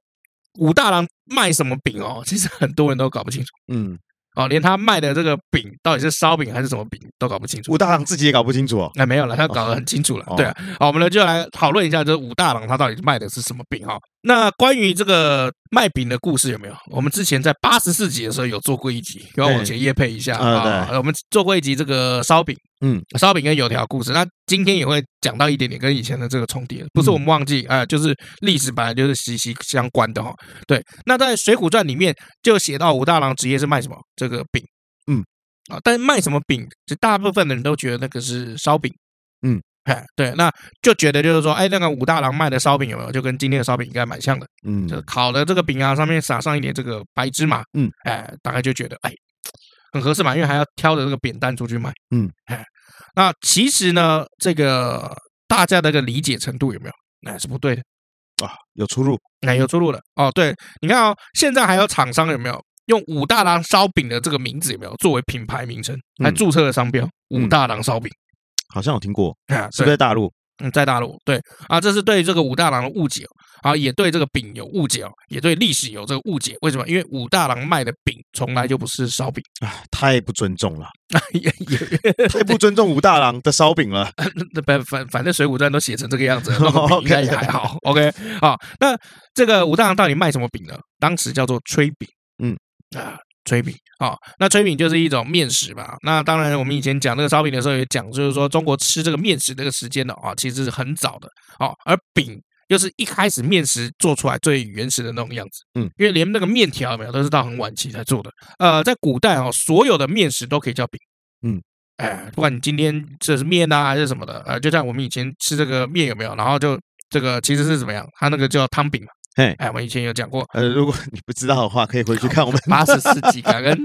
武大郎卖什么饼哦，其实很多人都搞不清楚
嗯，
哦，连他卖的这个饼到底是烧饼还是什么饼都搞不清楚。
武大郎自己也搞不清楚哦。
哎，没有了，他搞得很清楚了。
哦
对啊，好，我们呢就来讨论一下，这武大郎他到底卖的是什么饼哈、哦？那关于这个卖饼的故事有没有？我们之前在八十四集的时候有做过一集，要往前夜配一下
对啊
啊。我们做过一集这个烧饼，
嗯，
烧饼跟油条故事。那今天也会讲到一点点跟以前的这个重叠，不
嗯
是我们忘记啊、呃就是历史本来就是息息相关的哈。对，那在《水浒传》里面就写到武大郎职业是卖什么？这个饼，
嗯，
啊，但是卖什么饼，就大部分的人都觉得那个是烧饼。
嗯，
哎，对，那就觉得就是说，哎，那个武大郎卖的烧饼有没有就跟今天的烧饼应该蛮像的？
嗯，
就烤的这个饼啊，上面撒上一点这个白芝麻，
嗯，
哎，大概就觉得哎很合适嘛，因为还要挑着这个扁担出去卖，
嗯，
哎，那其实呢，这个大家的这个理解程度有没有？那是不对的，
啊，有出入，
奶油出入了哦。对，你看哦，现在还有厂商有没有用武大郎烧饼的这个名字有没有作为品牌名称，还
嗯
注册了商标
嗯
武大郎烧饼
好像有听过，
啊？对
是不是在大陆？
嗯，在大陆，对啊，这是对这个武大郎的误解哦啊，也对这个饼有误解哦，也对历史有这个误解。为什么？因为武大郎卖的饼从来就不是烧饼，
啊，太不尊重了，
也也
太不尊重武大郎的烧饼了。
反反反正《水浒传》都写成这个样子 了，那个饼应该也还好。OK，好，
哦
那这个武大郎到底卖什么饼呢？当时叫做炊饼，
嗯
啊。炊饼啊、那炊饼就是一种面食嘛。那当然，我们以前讲这个烧饼的时候也讲，就是说中国吃这个面食这个时间呢，啊，其实是很早的哦。而饼又是一开始面食做出来最原始的那种样子，
嗯，
因为连那个面条有没有都是到很晚期才做的。呃，在古代哦，所有的面食都可以叫饼。哎，不管你今天这是面啊还是什么的，呃，就像我们以前吃这个面有没有？然后就这个其实是怎么样？它那个叫汤饼嘛。
嘿
哎，我们以前有讲过
呃，如果你不知道的话，可以回去看我们
八十四级感 恩。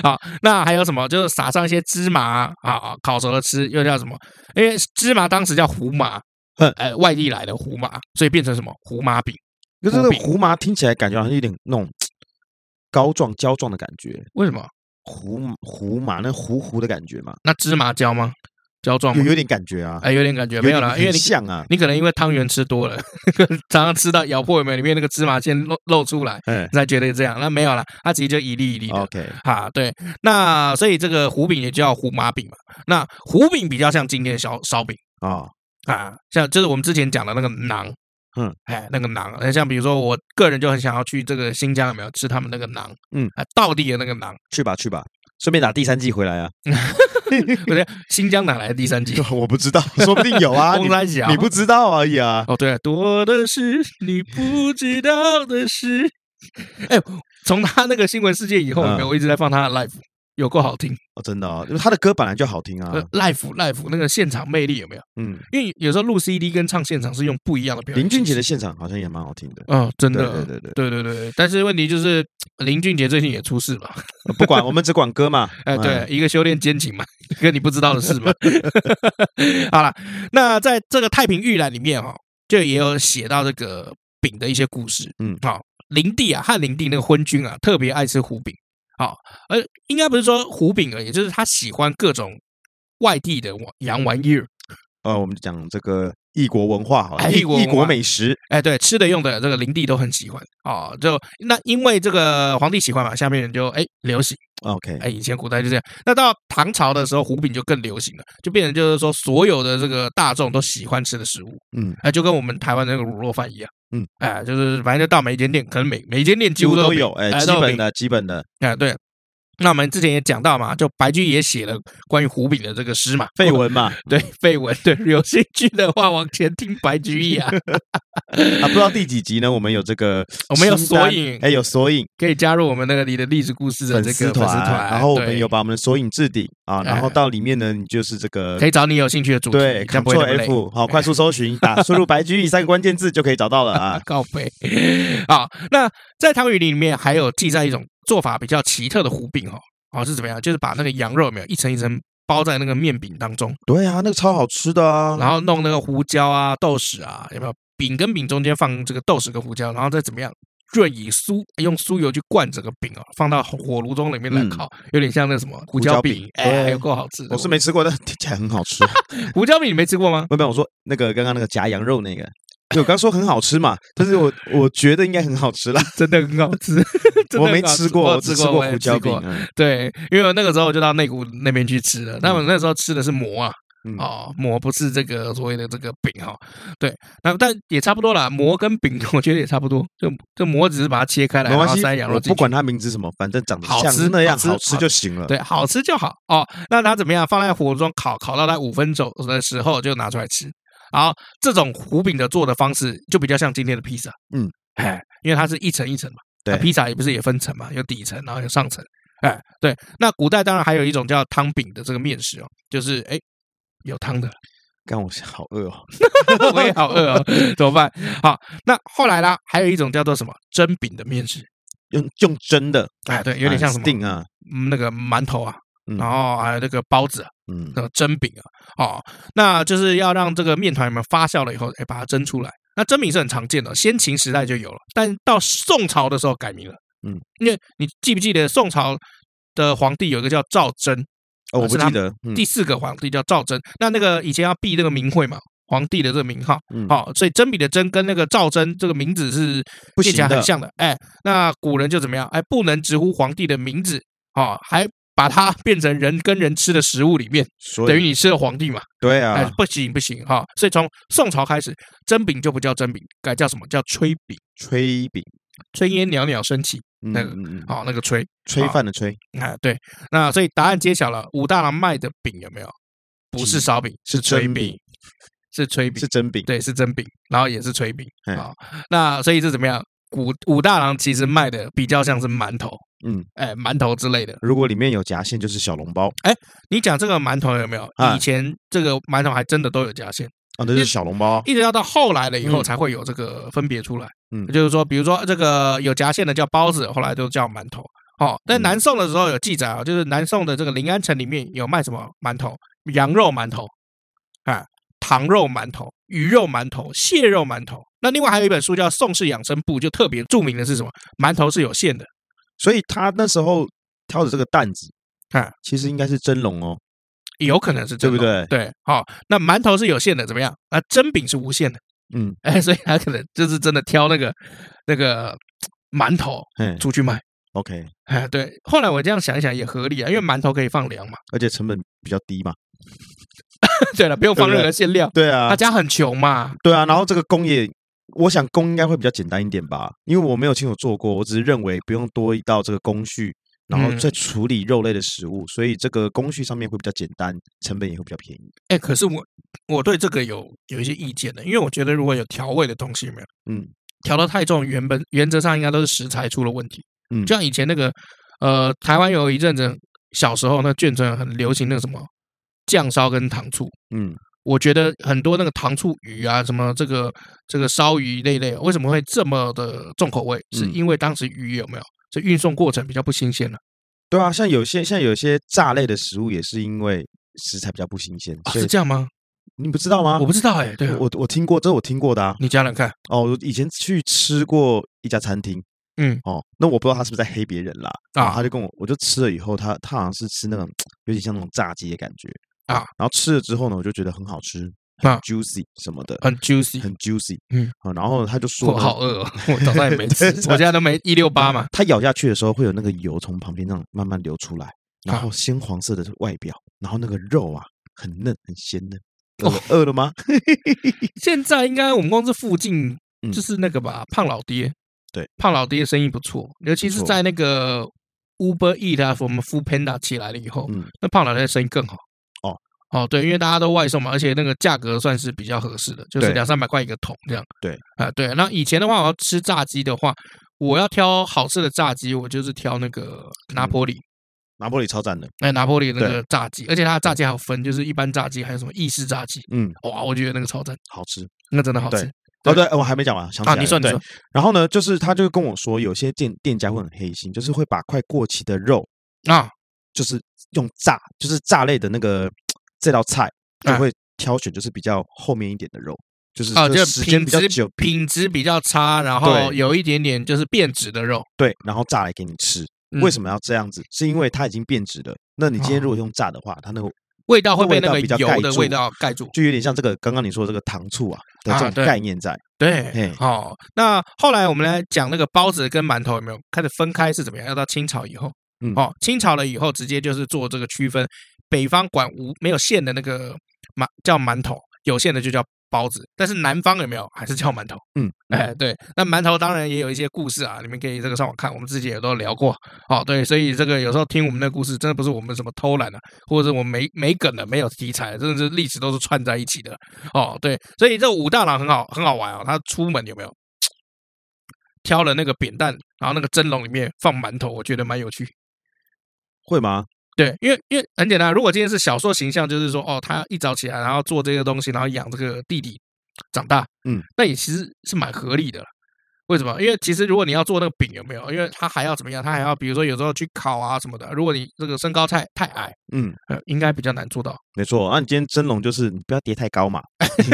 好，那还有什么？就是撒上一些芝麻啊啊，烤熟了吃，又叫什么？因为芝麻当时叫胡麻
嗯，
哎，外地来的胡麻，所以变成什么胡麻饼？
可是那
胡
个
饼
胡麻听起来感觉好像有点那种膏状、胶状的感觉，
为什么？
胡
嗯
胡麻那糊糊的感觉嘛，
那芝麻焦吗？焦状
有
吗？
有点感觉啊，
哦哎，有点感觉没有
点
啦，因为
很
你
像啊，
你可能因为汤圆吃多了， 常常吃到咬破有没有里面那个芝麻馅露露出来，
哎
才觉得这样。那没有了，它其实就一粒一粒的。
，OK，
啊，对，那所以这个胡饼也叫胡麻饼嘛。那胡饼比较像今天的烧烧饼
啊，
啊，像就是我们之前讲的那个馕，
嗯，
哎，那个馕，那像比如说我个人就很想要去这个新疆有没有吃他们那个馕，
嗯
啊，道地的那个馕，
去吧去吧，顺便打第三季 回来啊，
不对，新疆哪来的第三季？
我不知道，说不定有 啊，
公
你
山小
你不知道而已啊，
哦，对，多的是你不知道的 事。哎，从他那个新闻事件以后，有没有
嗯
我一直在放他的 live，有够好听。
哦，真的哦，因为他的歌本来就好听啊
呃，，live live 那个现场魅力有没有？
嗯，
因为有时候录 CD 跟唱现场是用不一样的表演
林俊
形
杰
式。
的现场好像也蛮好听的，
哦， 真
对
的，
对对对，
对对对对但是问题就是林俊杰最近也出事嘛，
呃不管我们只管歌嘛，
哎，
嗯
对，，一个修炼奸情嘛，一个你不知道的事嘛。 好了，那在这个《太平御览》里面哈、哦，就也有写到这个饼的一些故事。
嗯
好、灵帝啊，汉灵帝那个昏君啊，特别爱吃胡饼。好、呃，应该不是说胡饼而已，就是他喜欢各种外地的洋玩意儿。
呃，我们讲这个异国文化好
哎
了，
异
异
国
异
文化
国美食，
哎，对，吃的用的这个灵帝都很喜欢哦。就那因为这个皇帝喜欢嘛，下面人就哎流行。
OK，
哎，以前古代就这样。那到唐朝的时候，胡饼就更流行了，就变成就是说所有的这个大众都喜欢吃的食物。
嗯，
哎，就跟我们台湾的那个卤肉饭一样。
嗯，
哎，就是反正就到每一间店，可能每每一间店
几
几
乎
乎
都
有
有，哎，
哎
基
都有
本
饼
的基本的
哎，对。那我们之前也讲到嘛，就白居易也写了关于胡饼的这个诗嘛，哦
绯闻嘛，
对绯闻，对有兴趣的话往前听白居易啊，
啊，不知道第几集呢？我们有这个
我们有
清
索
单
引
哎，有索引
可以加入我们那个你的历史故事的
粉
这个
丝
粉丝团，
然后我们
对
有把我们的索引置顶啊，然后
哎
到里面呢，你就是这个
可以找你有兴趣的主题，
对
这样不会
Ctrl
那么累。。
F 好，快速搜寻，打输入白居易三个关键字就可以找到了啊
告白。好，那在汤圆里面还有记载一种做法比较奇特的糊饼哦，哦是怎么样？就是把那个羊肉有没有一层一层包在那个面饼当中，
对啊，那个超好吃的啊，
然后弄那个胡椒啊、豆豉啊，有没有？饼跟饼中间放这个豆豉跟胡椒，然后再怎么样？润以酥，用酥油去灌整个饼哦，放到火炉中里面来
嗯
烤，有点像那什么胡
胡
椒
椒
饼
饼，
哎，
对
有够好吃的。
我是没吃过，但听起来很好吃。
胡椒饼，你没吃过吗？
没有，没有我说那个刚刚那个夹羊肉那个。对我刚说很好吃嘛，但是我我觉得应该很好吃啦。
真的很好 吃，真的很好
我没吃过，
我
我
有
只
吃
吃过
我也
胡
吃
椒饼
过。
嗯
对，因为我那个时候就到内湖那边去吃了，他们那时候吃的是馍啊，
嗯
哦，馍不是这个所谓的这个饼哈、对，那但也差不多啦，馍跟饼 我觉得也差不多，就这馍只是把它切开来，
没
然
关
后
系
塞羊，肉
我
进
不
去
管。它名字什么，反正长得
好
像
吃
那样
好吃
好吃就行了。
对，好吃就好哦。那它怎么样？放在火炉中烤，烤到它五分钟的时候就拿出来吃。然后这种糊饼的做的方式就比较像今天的披萨，
嗯，
哎，因为它是一层一层嘛，
对
那披萨也不是也分层嘛，有底层，然后有上层，哎，对。那古代当然还有一种叫汤饼的这个面食哦，就是哎有汤的，
干我好饿哦，
我也好饿哦， 怎么办？好，那后来啦，还有一种叫做什么蒸饼的面食，
用用蒸的，
哎，对，有点像什么
定啊，
嗯那个馒头啊，
嗯
然后还有那个包子啊。
嗯，
呃蒸饼啊，哦，那就是要让这个面团里面发酵了以后，哎，把它蒸出来。那蒸饼是很常见的，先秦时代就有了，但到宋朝的时候改名了。
嗯，
因为你记不记得宋朝的皇帝有一个叫赵祯，
哦，我
啊是
不
他
记得，嗯
第四个皇帝叫赵祯。那那个以前要避那个名讳嘛，皇帝的这个名号，
嗯
哦，所以甄比的甄跟那个赵祯这个名字是
不
念起来
行
很
的
像的。哎，那古人就怎么样？哎，不能直呼皇帝的名字，哦，还把它 变成人跟人吃的食物里面，
所
等于
以
你吃了皇帝嘛。
对
哎
啊，，
不行不行哈、所以从宋朝开始，蒸饼就不叫蒸饼，改叫什么叫炊饼？
炊饼，
炊烟袅袅升起，
嗯
那个哦
嗯嗯，
好、那个炊
炊饭的炊
啊，对，那所以答案揭晓了，武大郎卖的饼有没有？不是烧饼，是
是
炊
蒸
饼
饼，
是炊饼
是，蒸饼，
对，是蒸饼，然后也是炊饼
嗯
啊、那所以是怎么样？古武大郎其实卖的比较像是馒头，
嗯，
哎，馒头之类的。
如果里面有夹馅，就是小笼包
你讲这个馒头有没有？
啊
以前这个馒头还真的都有夹馅。
啊，那就是小笼包，
一直要到后来了以后
嗯
才会有这个分别出来。
嗯
就是说，比如说这个有夹馅的叫包子，后来都叫馒头。哦，在
嗯
南宋的时候有记载啊，就是南宋的这个临安城里面有卖什么馒头，羊肉馒头，啊，糖肉馒头、鱼肉馒头、蟹肉馒头。那另外还有一本书叫《宋氏养生部》，就特别注明的是什么？馒头是有馅的，
所以他那时候挑的这个担子
啊，
其实应该是蒸笼哦，
有可能是
对
真
不
的。
对？
对，好、那馒头是有馅的，怎么样？啊，蒸饼是无馅的，
嗯，
哎，所以他可能就是真的挑那个那个馒头
嘿
出去卖。
，OK，
哎， 对，后来我这样想一想也合理啊，因为馒头可以放凉嘛。
而且成本比较低嘛，
对了，不用放
对不对
任何馅料，
对啊
他，家很穷嘛。
对啊，然后这个工也，我想工应该会比较简单一点吧，因为我没有亲手做过，我只是认为不用多一道这个工序，然后
嗯
再处理肉类的食物，所以这个工序上面会比较简单，成本也会比较便宜。
哎，可是我我对这个有有一些意见的，因为我觉得如果有调味的东西有没有
嗯，
调的太重，原本原则上应该都是食材出了问题。
嗯
就像以前那个呃，台湾有一阵子小时候那眷村很流行那个什么酱烧跟糖醋，
嗯，
我觉得很多那个糖醋鱼啊，什么这个这个烧鱼那一类，为什么会这么的重口味？是
嗯
因为当时鱼有没有这运送过程比较不新鲜了、
对啊，像有些像有些炸类的食物也是因为食材比较不新鲜，
啊？
所以
是这样吗？
你不知道吗？
我不知道哎、对啊、
我我听过，这是我听过的啊。
你讲讲看，
哦，我以前去吃过一家餐厅，
嗯
哦，那我不知道他是不是在黑别人啦，然后
啊
他就跟我，我就吃了以后，他他好像是吃那种有点像那种炸鸡的感觉
啊，
然后吃了之后呢，我就觉得很好吃，很
啊
juicy 什么的，
很 juicy，
很 juicy，
嗯
啊，然后他就说
我
呢，
好饿、哦， 我早上也没吃
对，
我现在都没一六 八嘛，
它咬下去的时候会有那个油从旁边那样慢慢流出来，然
啊
后鲜黄色的外表，然后那个肉啊很嫩很鲜嫩，饿
哦
了饿了吗？
现在应该我们公司附近
嗯
就是那个吧，胖老爹。
对，
胖老爹生意不错，尤其是
不错
在那个 Uber Eat 啊，我们 Food Panda 起来了以后，
嗯
那胖老爹生意更好。
哦
哦，对，因为大家都外送嘛，而且那个价格算是比较合适的，就是
对
两三百块一个桶这样。
对
啊、对。那以前的话，我要吃炸鸡的话，我要挑好吃的炸鸡，我就是挑那个拿坡里，
拿破里超赞的，
哎、拿坡里的那
嗯对
个炸鸡，而且它的炸鸡还有分，就是一般炸鸡，还有什么意式炸鸡。
嗯，
哇，我觉得那个超赞，
好吃。
那真的好吃
对哦，对，我还没讲完，想起
啊！
来
你
了
说你
对
说，
然后呢，就是他就跟我说，有些店店家会很黑心，就是会把快过期的肉，
啊，
就是用炸，就是炸类的那个这道菜，就
啊
会挑选就是比较后面一点的肉，就是
啊，
这
就
个
是
时
品
间比较
质
久，
品质比较差，然后
对
有一点点就是变质的肉。嗯
对，然后炸来给你吃。为
么
什么要这样子？是因为它已经变质了。那你今天
哦
如果用炸的话，它那个
味道会被那个
味道比较
油
盖
的
住
味道盖住？
就有点像这个刚刚你说的这个糖醋啊的
啊
这
对
种概念在。
对
嘿，
好。那后来我们来讲那个包子跟馒头有没有开始分开是怎么样？要到清朝以后，
嗯
哦，清朝了以后直接就是做这个区分，北方管无没有馅的那个馒叫馒头，有限的就叫包子，但是南方有没有还是叫馒头？
嗯，
哎，对，那馒头当然也有一些故事啊，你们可以这个上网看，我们自己也都聊过。哦，对，所以这个有时候听我们的故事，真的不是我们什么偷懒啊，或者是我们没没梗的，没有题材，真的是历史都是串在一起的。哦，对，所以这武大郎很好，很好玩哦。他出门有没有挑了那个扁担，然后那个蒸笼里面放馒头，我觉得蛮有趣。
会吗？
对，因为因为很简单，如果今天是小说形象，就是说哦，他一早起来，然后做这个东西，然后养这个弟弟长大，
嗯，
那也其实是蛮合理的啦。为什么？因为其实如果你要做那个饼，有没有？因为他还要怎么样？他还要比如说有时候去烤啊什么的。如果你这个身高太太矮，
嗯，
呃，应该比较难做到。
没错。啊那你今天蒸笼就是你不要叠太高嘛，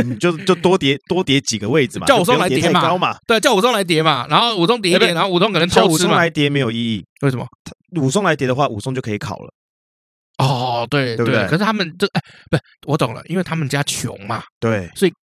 你就就多叠多叠几个位置嘛，
叫我
就不
上
用
来
叠
叠
太
嘛
高嘛，
对，叫武松来叠嘛，然后武松叠一
哎不
叠，
是
然后武松可能
叫
偷
武
吃
松
嘛。
来叠没有意义。
为什么？
武松来叠的话，武松就可以烤了。
哦，对
对不对
可是他们这哎，不，我懂了，因为他们家穷嘛，
对，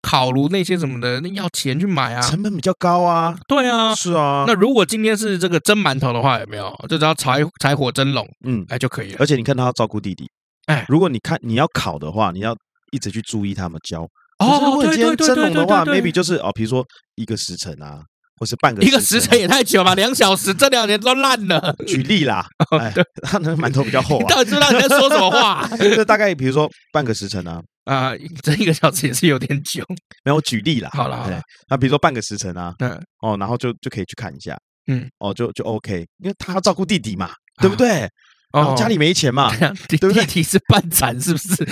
烤炉那些什么的，那要钱去买啊。
成本比较高啊。
对啊，
是啊，
那如果今天是这个蒸馒头的话，有没有就只要柴柴火蒸笼，
嗯，
哎就可以了。
而且你看他要照顾弟弟，
哎
如果你看你要烤的话，你要一直去注意他们教。可是如
哦，
果你
对
今
对
天
对
蒸
对
笼
对
的话，maybe
对，
就是哦，比如说一个时辰啊，或是半个
一个时
时
辰
辰啊。
也太久吧，两小时，这两年都烂了。
举例啦，哎， 他那个馒头比较厚
你
啊，
到底知哦 道你在说什么 话
这大概比如说半个时辰啊，
啊？这一个小时也是有点久。
没有举例啦。
好啦好啦
哎，那比如说半个时辰啊，
嗯，
哦，然后就就可以去看一下，
嗯，
哦，就就 OK，因为他要照顾弟弟嘛，对不对？然
哦
后，家里没钱嘛，
对啊弟
对不对
弟弟是半残是不 是？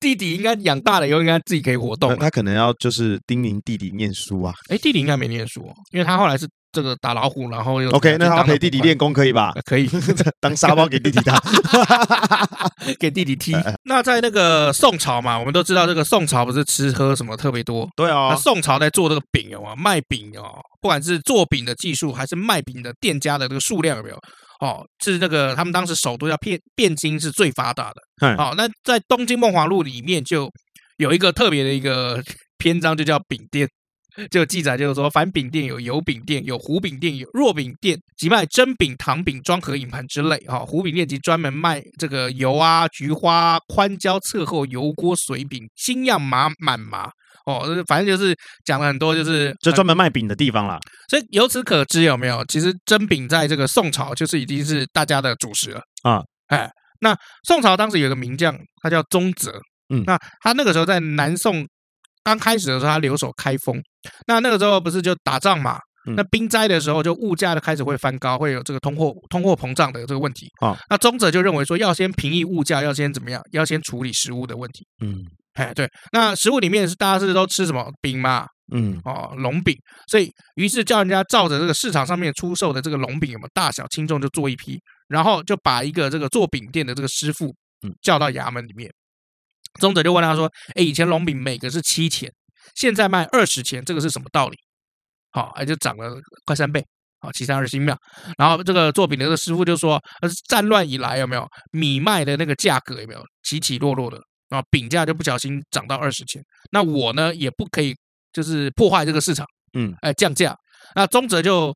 弟弟应该养大了以后应该自己可以活动
那
了。
他可能要就是叮咛弟弟念书啊。
哎，弟弟应该没念书哦，因为他后来是这个打老虎，然后又
OK，
去
那他
当了
陪弟弟
捕快
练功可以吧？
呃可以。
当沙包给弟弟打。
给弟弟踢。
哎
那在那个宋朝嘛，我们都知道这个宋朝不是吃喝什么特别多。
对
那
啊，
宋朝在做这个饼有啊，卖饼哦，不管是做饼的技术，还是卖饼的店家的这个数量有没有？哦，是那个他们当时首都叫汴汴京是最发达的
嗯。
好、那在《东京梦华录》里面就有一个特别的一个篇章，就叫饼店。就记载就是说，凡饼店有油饼店、有糊饼店、有弱饼店，即卖蒸饼、糖饼、装盒、饮盘之类。啊哈、糊饼店即专门卖这个油啊、菊花啊、宽椒、侧后、油锅、水饼、新样麻、满麻。哦，就是反正就是讲了很多，就是
就专门卖饼的地方啦。
所以由此可知，有没有？其实蒸饼在这个宋朝就是已经是大家的主食了
啊。
哎，那宋朝当时有个名将，他叫宗泽。
嗯
那他那个时候在南宋刚开始的时候，他留守开封。那那个时候不是就打仗嘛？
嗯
那兵灾的时候，就物价的开始会翻高，会有这个通货通货膨胀的这个问题
啊。
那宗泽就认为说，要先平抑物价，要先怎么样？要先处理食物的问题。
嗯
哎，对，那食物里面是大家是都吃什么饼嘛？
嗯，
哦，龙饼，所以于是叫人家照着这个市场上面出售的这个龙饼有没有大小轻重就做一批，然后就把一个这个做饼店的这个师傅
嗯
叫到衙门里面。宗泽就问他说：“哎，以前龙饼每个是七钱，现在卖二十钱，这个是什么道理？”好、哎，就涨了快三倍，好、七三二十一秒。然后这个做饼的这个师傅就说：“呃，战乱以来有没有米卖的那个价格有没有起起落落的？啊，饼价就不小心涨到二十钱，那我呢也不可以就是破坏这个市场，
嗯，
哎、降价。那宗泽就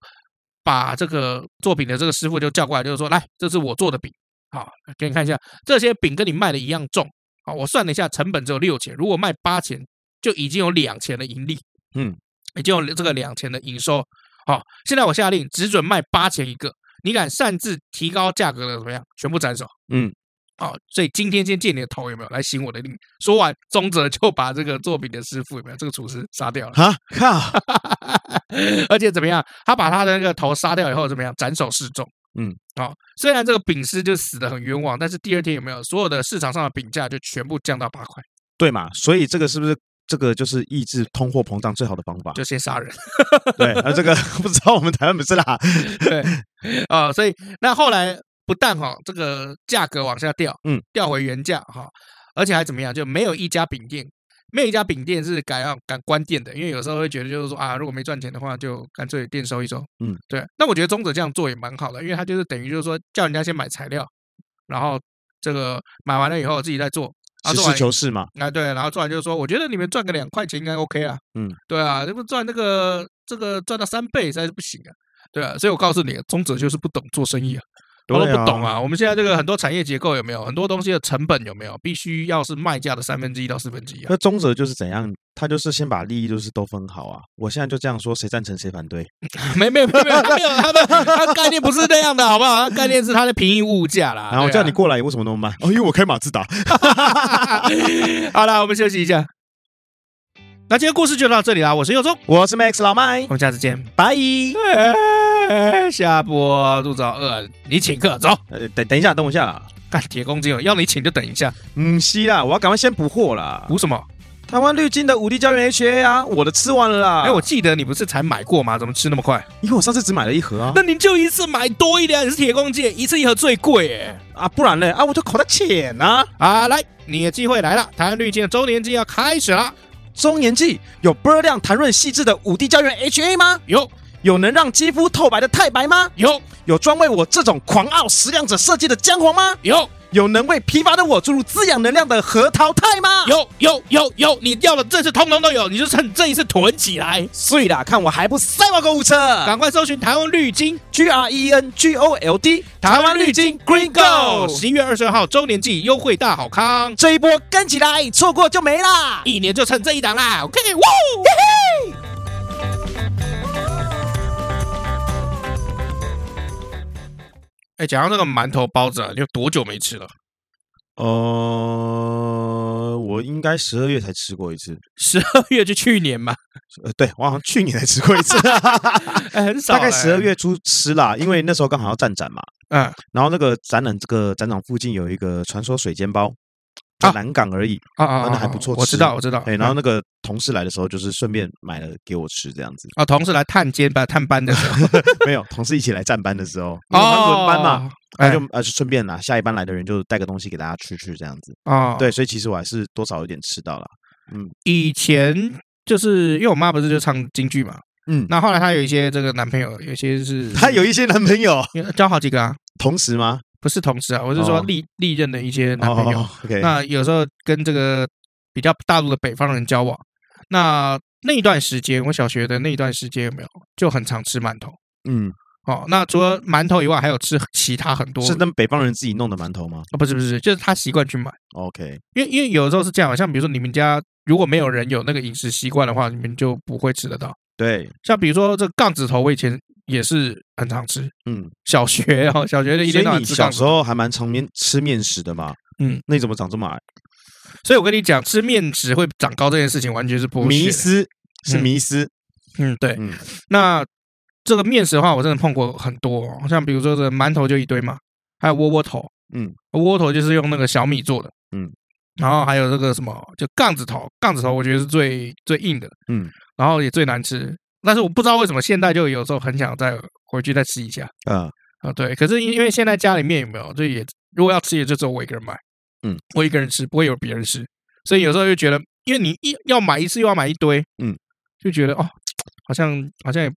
把这个做饼的这个师傅就叫过来，就是说，来，这是我做的饼，好，给你看一下，这些饼跟你卖的一样重，好，我算了一下，成本只有六钱，如果卖八钱，就已经有两钱的盈利，
嗯，
已经有这个两钱的营收，好，现在我下令只准卖八钱一个，你敢擅自提高价格的怎么样？全部斩首。
嗯，
哦，所以今天先借你的头有没有来行我的令？说完，宗泽就把这个做饼的师傅有没有这个厨师杀掉了，
哈靠，
而且怎么样？他把他的那个头杀掉以后怎么样？斩首示众。
嗯，
哦，虽然这个饼师就死得很冤枉，但是第二天有没有所有的市场上的饼价就全部降到八块，
对嘛？所以这个是不是这个就是抑制通货膨胀最好的方法？
就先杀人。
对，那 这个不知道我们台湾不是啦。
对，啊、所以那后来不但哈、这个价格往下掉，
嗯，
掉回原价哈、而且还怎么样，就没有一家饼店，没有一家饼店是敢要敢关店的，因为有时候会觉得就是说啊，如果没赚钱的话，就干脆店收一收，
嗯，
对。那我觉得中者这样做也蛮好的，因为他就是等于就是说叫人家先买材料，然后这个买完了以后自己再做，啊，
实
做
事
完
求是嘛，
啊，对，然后做完就是说，我觉得你们赚个两块钱应该 OK 啊，
嗯，
对啊，这不赚那个这个赚到三倍实在是不行啊，对啊，所以我告诉你，中者就是不懂做生意啊，我都
对
不懂啊。我们现在这个很多产业结构有没有很多东西的成本有没有必须要是卖价的三分之一到四分之一啊？
那中者就是怎样？他就是先把利益就是都分好啊。我现在就这样说，谁赞成谁反对？
没没没没有没有，他的他的概念不是那样的，好不好？他概念是他在平抑物价啦。
然后
对
叫
啊
你过来，为什么那么慢？哦，因为我开马自达。
好了，我们休息一下。那今天故事就到这里啦，我是佑中，
我是 Max 老麦
我，们下次见。
拜。
下播肚子好饿，你请客走。
呃，等等一下，等我一下啦。
干铁公鸡哦，要你请就等一下，
嗯，是啦，我要赶快先补货啦。
补什么？
台湾绿金的五 D 胶原 HA 啊，我的吃完了啦。
哎，我记得你不是才买过吗？怎么吃那么快？
因为我上次只买了一盒啊，
那你就一次买多一点啊，你是铁公鸡，一次一盒最贵哎。
啊，不然呢？啊，我就口袋浅啊。
啊，来，你的机会来了，台湾绿金的周年庆要开始了。
中年季有波量弹润细致的五 D 胶原 HA 吗？
有
有能让肌肤透白的太白吗？
有
有专为我这种狂傲食量者设计的姜黄吗？
有
有能为疲乏的我注入滋养能量的核桃肽吗？
有有有有，你要的这次通通都有，你就趁这一次囤起来，
碎啦，看我还不塞爆购物车
赶快搜寻台湾绿金。
！G R E N G O L D，
台湾绿金 Green Go，
Go
十一月二十二号周年季优惠大好康，
这一波跟起来，错过就没啦！
一年就趁这一档啦！OK，哇！哎，讲到这个馒头包子，啊，你有多久没吃了？
呃，我应该十二月才吃过一次，
十二月就去年嘛，
呃，对我好像去年才吃过 一次，
哎，很少、
大概十二，月初吃啦，因为那时候刚好要站展嘛，
嗯，
然后那个展览这个展场附近有一个传说水煎包，在
啊
南港而已，
啊啊，啊
那还不错
我知
吃
道，我知道。
哎，然后
嗯
那个同事来的时候，就是顺便买了给我吃，这样子。
啊，同事来探监班、探班的时 候，
没有，同事一起来站班的时候，因为我们轮班嘛，那
哎，
就呃顺便啦，下一班来的人就带个东西给大家吃吃这样子。
哦，
对，所以其实我还是多少有点吃到了。
以前就是因为我妈不是就唱京剧嘛，
嗯，
那后来她有一些这个男朋友，有些是
她有一些男朋 友，
因为交好几个啊，
同时吗？
不是同事啊，我是说
哦
历历任的一些男朋友。
哦，OK，
那有时候跟这个比较大陆的北方人交往，那那一段时间，我小学的那一段时间有没有就很常吃馒头？
嗯，
哦，那除了馒头以外，还有吃其他很多。
是那北方人自己弄的馒头吗
哦，不是不是，就是他习惯去买，
？OK，
因为因为有时候是这样，像比如说你们家如果没有人有那个饮食习惯的话，你们就不会吃得到。
对，
像比如说这杠子头，我以前也是很常吃，
嗯，
小学哦，小学就一
所
天
以
到晚
你
吃
小
杠
时
子头。
候还蛮常面吃面食的嘛？
嗯，
那你怎么长这么矮？
所以我跟你讲，吃面食会长高这件事情完全是不
迷思是迷思，
嗯，对。
嗯
那这个面食的话，我真的碰过很多、哦，像比如说这个馒头就一堆嘛，还有窝窝头，
嗯，
窝窝头就是用那个小米做的，
嗯，
然后还有这个什么，就杠子头，杠子头我觉得是最最硬的，
嗯，
然后也最难吃，但是我不知道为什么现在就有时候很想再回去再吃一下
呃，
啊，对，可是因因为现在家里面有没有，就也如果要吃也就只有我一个人买，
嗯，
我一个人吃不会有别人吃，所以有时候就觉得，因为你一要买一次又要买一堆，
嗯，
就觉得哦，好像好像也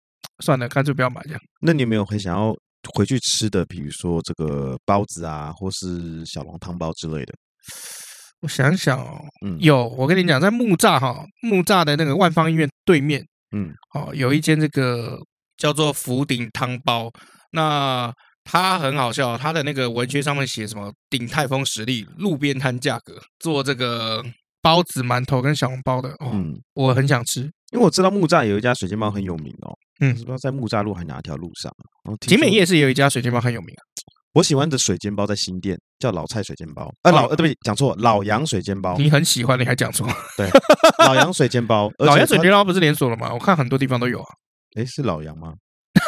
算了，干脆不要买这样。
那你有没有很想要回去吃的？比如说这个包子啊，或是小笼汤包之类的？
我想想哦，
嗯
有我跟你讲，在木栅哈、木栅的那个万方医院对面，
嗯，
哦，有一间这个叫做福鼎汤包，那它很好笑，它的那个文宣上面写什么“鼎泰丰实力，路边摊价格”，做这个包子、馒头跟小笼包的哦，
嗯，
我很想吃。
因为我知道木栅有一家水煎包很有名哦，
嗯
嗯，不知道在木栅路还哪条路上。啊然后听
景美
说，
夜市也有一家水煎包很有名啊，
我喜欢的水煎包在新店，叫老蔡水煎包，
哦
呃老呃对不起，讲错，老杨水煎包，
你很喜欢，你还讲错。
老杨水煎包，而且
老杨水
它
煎包不是连锁了吗？我看很多地方都有啊。
诶，是老杨吗？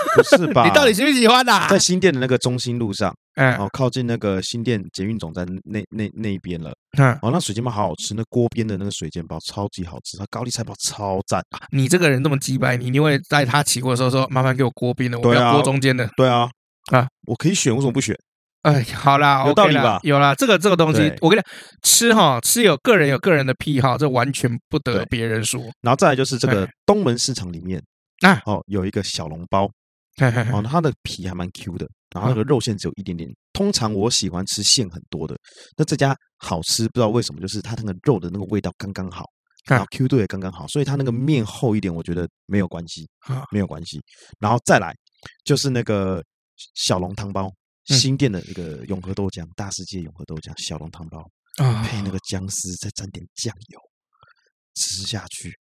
不是吧？
你到底喜不喜欢呐、
在新店的那个中心路上，
哎，
哦，靠近那个新店捷运总站那那那一边了。
嗯，
哦，那水煎包好好吃，那锅边的那个水煎包超级好吃，它高丽菜包超赞。
你这个人这么鸡掰，你一定会在他起锅的时候说：“麻烦给我锅边的，我不
对啊
要锅中间的。
对啊，
啊，
我可以选，为什么不选？
哎，好啦，
有
OK
道理
啦
吧
有啦，这个这个东西
对，
我跟你讲，吃哈吃有个人有个人的癖好，这完全不得
对
别人说。
然后再来就是这个
哎
东门市场里面
啊
哦有一个小笼包，
嘿嘿嘿
哦，它的皮还蛮 Q 的，然后那个
嗯
肉馅只有一点点。通常我喜欢吃馅很多的，那这家好吃，不知道为什么，就是它那个肉的那个味道刚刚好，然后
啊
Q 度也刚刚好，所以它那个面厚一点，我觉得没有关系
啊，
没有关系。然后再来就是那个小笼汤包，
嗯
新店的一个永和豆浆，大世界永和豆浆小笼汤包，
啊
配那个姜丝，再沾点酱油，吃下去。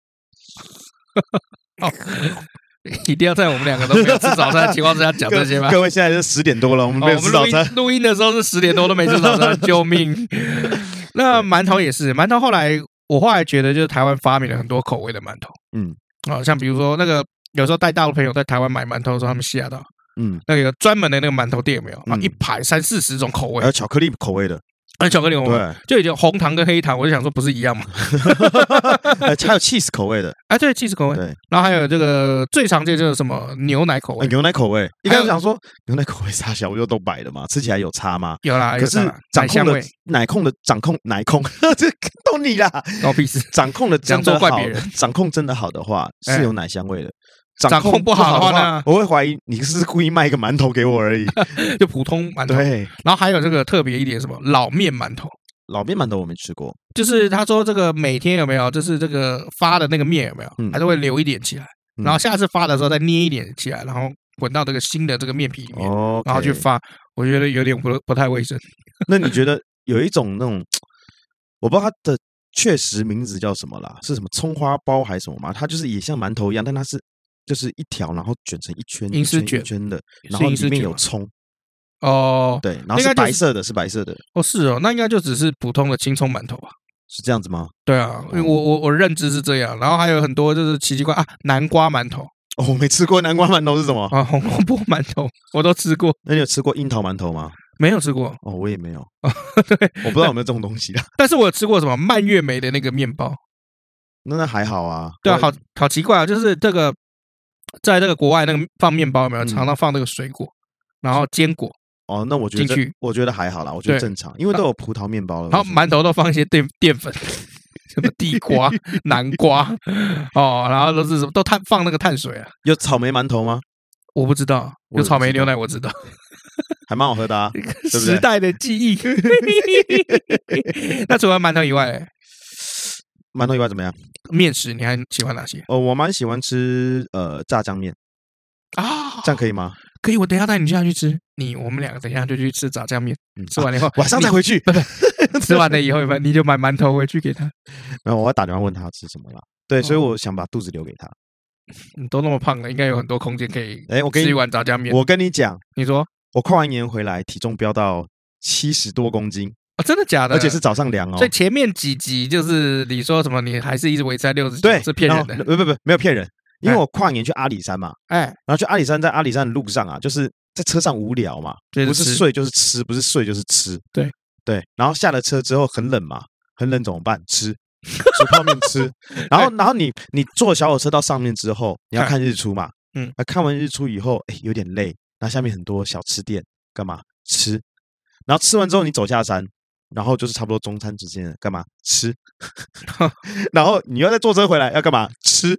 一定要在我们两个都没有吃早餐的情况之下讲这些吗？
各位现在是十点多了，我们
哦
没有吃早餐。
录音录音的时候是十点多都没吃早 餐，救命！那馒头也是，馒头后来我后来觉得，就是台湾发明了很多口味的馒头，
嗯
啊、像比如说那个有时候带大陆朋友在台湾买馒头的时候，他们吓到
嗯，
那个有专门的那个馒头店有没有啊？
嗯
一排三四十种口味
还，有巧克力口味的，
而巧克力我们
对，
就已经红糖跟黑糖，我就想说不是一样吗？
呃还有 cheese 口味的，
哎，对，cheese 口味，
对，
然后还有这个最常见就是什么牛奶口
呃
味，
牛奶口味。一开
还
始
有
想说牛奶口味啥小，不就都白的嘛，吃起来有差吗？
有啦，
可是
有啦
掌
奶
控
香
的
味，
奶控的掌控奶控， 这逗你啦！
搞屁事！
掌控的真
讲
的
错怪
好
别人，
掌控真的好的话
哎
是有奶香味的。
掌控不
不好
好的话
话
呢，
我会怀疑你是故意卖一个馒头给我而已。
就普通馒头，
对，
然后还有这个特别一点什么老面馒头，
老面馒头我没吃过，
就是他说这个每天有没有，就是这个发的那个面有没有
嗯，
还是会留一点起来，
嗯
然后下次发的时候再捏一点起来，然后滚到这个新的这个面皮里面，
哦，
然后去发。我觉得有点不不太卫生。
那你觉得有一种那种，我不知道它的确实名字叫什么啦，是什么葱花包还是什么嘛？它就是也像馒头一样，但它是就是一条，然后卷成一圈
银
一
丝
圈一
卷
圈的，
是
然后
银
里
丝
面
卷
有
吗
葱，
哦，
对，然后
应
是
该就
白
是
色的，是白色的，
哦是哦，那应该就只是普通的青葱馒头吧？
是这样子吗？
对啊，因为
哦
我我我认知是这样，然后还有很多就是奇奇怪啊，南瓜馒头
哦，我没吃过南瓜馒头是什么？
啊，红萝卜馒头我都吃过，
那你有吃过樱桃馒头吗？
没有吃过，
哦，我也 没有，我不知道有没有这种东西啦。
但是我有吃过什么蔓越莓的那个面包，
那那还好啊，
对啊，
我
好好奇怪啊，就是这个，在这个国外那个放面包有没有
嗯
常常放那个水果，然后坚果，
哦，那我觉得
进去
我觉得还好啦，我觉得
对
正常，因为都有葡萄面包了。
然后
为什么
馒头都放一些淀淀粉， 什么地 瓜、南瓜，哦，然后都是什么都碳放那个碳水啊，
有草莓馒头吗？
我不知道，
我也不
有草莓
知
牛
道
奶我知道，
还蛮好喝 的啊。对
时代的记 忆。那除了馒头以外，
馒头以外怎么样？
面食你还喜欢哪些
哦，我蛮喜欢吃呃炸酱面，
啊？
这样可以吗？
可以，我等一下带你下去吃，你我们两个等一下就去吃炸酱面，
嗯，
吃完了以后，
啊晚上再 回去。
你吃完了以后，你就买馒头回去给他。
然后我要打电话问他吃什么了。对，所以
哦
我想把肚子留给他。
你都那么胖了，应该有很多空间可以
哎，我跟
吃
你
一碗炸酱面。
我跟你讲，
你说哦
我跨完年回来体重飙到七十多公斤，
啊，真的假的？
而且是，早上量哦
所以。前面几集就是你说什么，你还是一直维持在六十，
对，
是骗
然
人
后
的。
不不不，没有骗人，因为
哎
我跨年去阿里山嘛，
哎，
然后去阿里山，在阿里山的路上啊，就是在车上无聊嘛，
就是
不是
吃
睡就是吃，不是睡就是吃。
对
对，然后下了车之后很冷嘛，很冷怎么办？吃煮泡面 吃。然后，然后你你坐小火车到上面之后，你要
哎
看日出嘛，
嗯，
看完日出以后，哎，有点累，然后下面很多小吃店，干嘛吃？然后吃完之后你走下山，然后就是差不多中餐时间了，干嘛 吃？然后你又再坐车回来，要干嘛吃？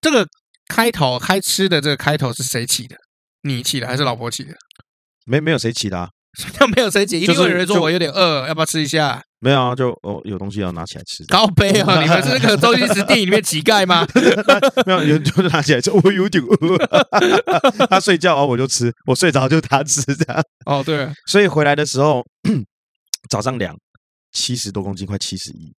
这个开头开吃的这个开头是谁起的？你起的还是老婆起的？
没没有谁起的、啊。
那没有谁起，一定
就是
会有人说
就
我有点饿，要不要吃一下？
没有啊，就哦有东西要拿起来吃，
高杯 啊！你们是那个周星驰电影里面乞丐吗？
没有有就拿起来说我有点饿， 他睡觉哦我就吃，我睡着就他吃这样，
哦，对，
所以回来的时候早上量七十多公斤，快七十一，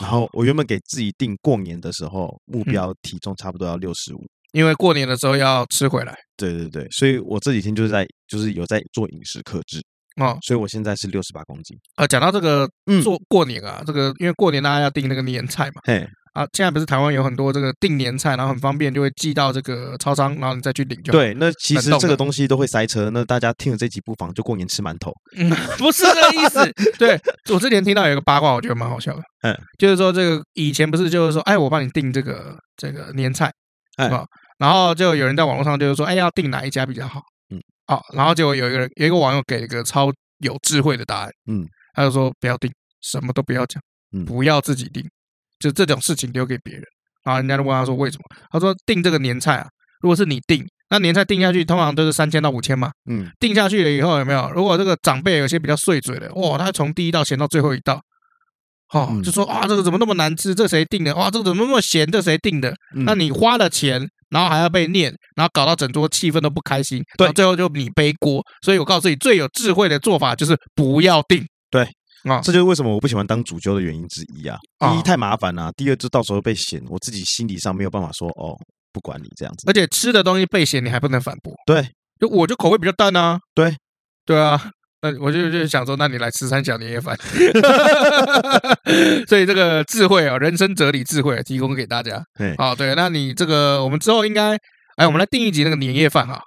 然后我原本给自己定过年的时候目标体重差不多要六十五，
因为过年的时候要吃回来
对对对，所以我这几天就是在就是有在做饮食克制，
哦。
所以我现在是六十八公斤，
啊，讲到这个
嗯
做过年啊，这个因为过年大家要订那个年菜嘛。
嘿，
啊，现在不是台湾有很多这个订年菜，然后很方便，就会寄到这个超商，然后你再去领就好。
对，那其
冷
实
冻
这
的
个东西都会塞车，那大家听了这集不妨就过年吃馒头，
嗯， 不是这个意思。 对我之前听到有一个八卦，我觉得蛮好笑的。
嗯，
就是说这个以前不是就是说，哎，我帮你订这个这个年菜，
哎
啊，然后就有人在网络上就是说，哎，要订哪一家比较好？
嗯，
好、然后结果有一个人有一个网友给了一个超有智慧的答案，
嗯，
他就说不要订，什么都不要讲，
嗯
不要自己订，就这种事情留给别人。然后人家就问他说为什么？他说订这个年菜啊，如果是你订，那年菜订下去通常都是三千到五千嘛，
嗯，
定下去了以后，有没有？如果这个长辈有些比较碎嘴的，哇，他从第一道咸到最后一道，哦，
嗯
就说啊，这个怎么那么难吃？这谁定的？哇，这个怎么那么咸？这谁定的？
嗯
那你花了钱然后还要被念，然后搞到整桌气氛都不开心，
对
然后最后就你背锅。所以我告诉你，最有智慧的做法就是不要定。
对
啊，
这就是为什么我不喜欢当主教的原因之一啊。
啊
第一太麻烦了、第二就到时候被嫌，我自己心理上没有办法说哦，不管你这样子。
而且吃的东西被嫌，你还不能反驳。
对，
就我就口味比较淡啊。
对，
对啊。那我就就想说，那你来吃三角年夜饭， 所以这个智慧啊、人生哲理智慧提供给大家。
嘿，
好，对，那你这个我们之后应该，哎，我们来定一集那个年夜饭哈，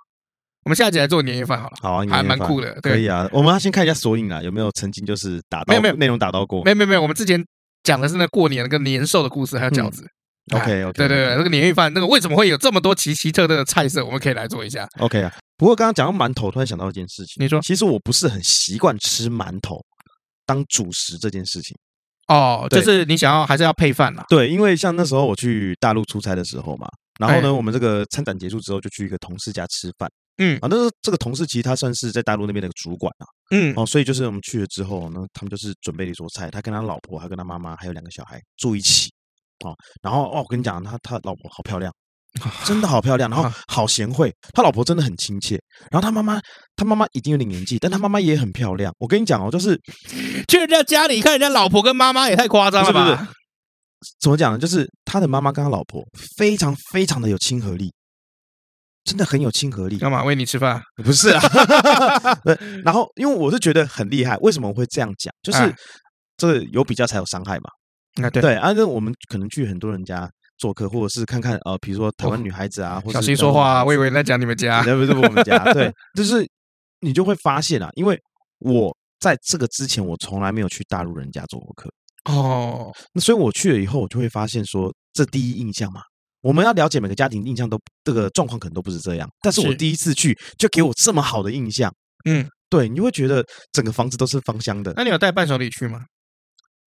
我们下集来做年夜饭好了，
好啊，
还蛮酷
的。
的。
可
对，
以啊，我们要先看一下索引啊，有没有曾经就是打到
没有没有
内容打到过
没有没有没有，我们之前讲的是那过年那个年兽的故事，还有饺子。哎
嗯？OK OK，
对对对，那个年夜饭，那个为什么会有这么多奇奇特特的菜色？我们可以来做一下。
OK 啊。不过刚刚讲到馒头，突然想到一件事情，
你说
其实我不是很习惯吃馒头当主食这件事情。
哦，就
对
是你想要还是要配饭啊啦？
对，因为像那时候我去大陆出差的时候嘛，然后
哎
呢，我们这个参展结束之后就去一个同事家吃饭。
嗯
啊，那时候这个同事其实他算是在大陆那边的主管啊，
嗯
哦，所以就是我们去了之后呢，他们就是准备了一桌菜，他跟他老婆，还跟他妈妈，还有两个小孩住一起，哦，然后哦，我跟你讲，他他老婆 好漂亮，真的好漂亮，然后
啊
好贤惠，他老婆真的很亲切，然后他妈妈，他妈妈已经有点年纪，但他妈妈也很漂亮，我跟你讲哦，就是
去人家家里看人家老婆跟妈妈也太夸张了吧？
不是不怎么讲呢，就是他的妈妈跟他老婆非常非常的有亲和力，真的很有亲和力，
干嘛喂你吃饭？
不是 啊，对。然后，因为我是觉得很厉害，为什么我会这样讲？就是
哎
这有比较才有伤害嘛。
啊，对，
对，啊，那我们可能去很多人家做客，或者是看看呃，比如说台湾女孩子啊，或者
哦小心说话啊！我以为你在讲你们家。
那不是我 们家，对，就是你就会发现啊，因为我在这个之前，我从来没有去大陆人家做过客，
哦，
那所以我去了以后，我就会发现说，这第一印象嘛，我们要了解每个家庭印象都这个状况可能都不是这样，但是我
是
第一次去就给我这么好的印象，
嗯，
对，你就会觉得整个房子都是芳香的。
那你有带伴手礼去吗？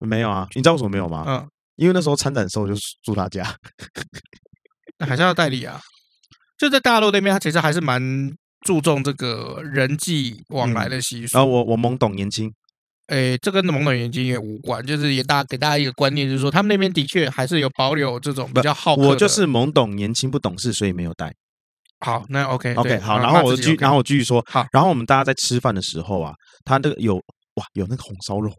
没有啊，你知道为什么没有吗？
嗯，
因为那时候参展的时候我就住他家，
那还是要代理啊。就在大陆那边，他其实还是蛮注重这个人际往来的习
嗯然后
俗。
我我懵懂年轻，
诶，这跟懵懂眼睛也无关，就是也大给大家一个观念，就是说他们那边的确还是有保留这种比较哦好客的。
我就是懵懂年轻不懂事，所以没有带。
好，那 OK 哎对
OK，好，
那
然后
那
我
自
继
己
续
OK
然后我继续说，
好
然后我们大家在吃饭的时候啊，他那个有哇有那个红烧肉，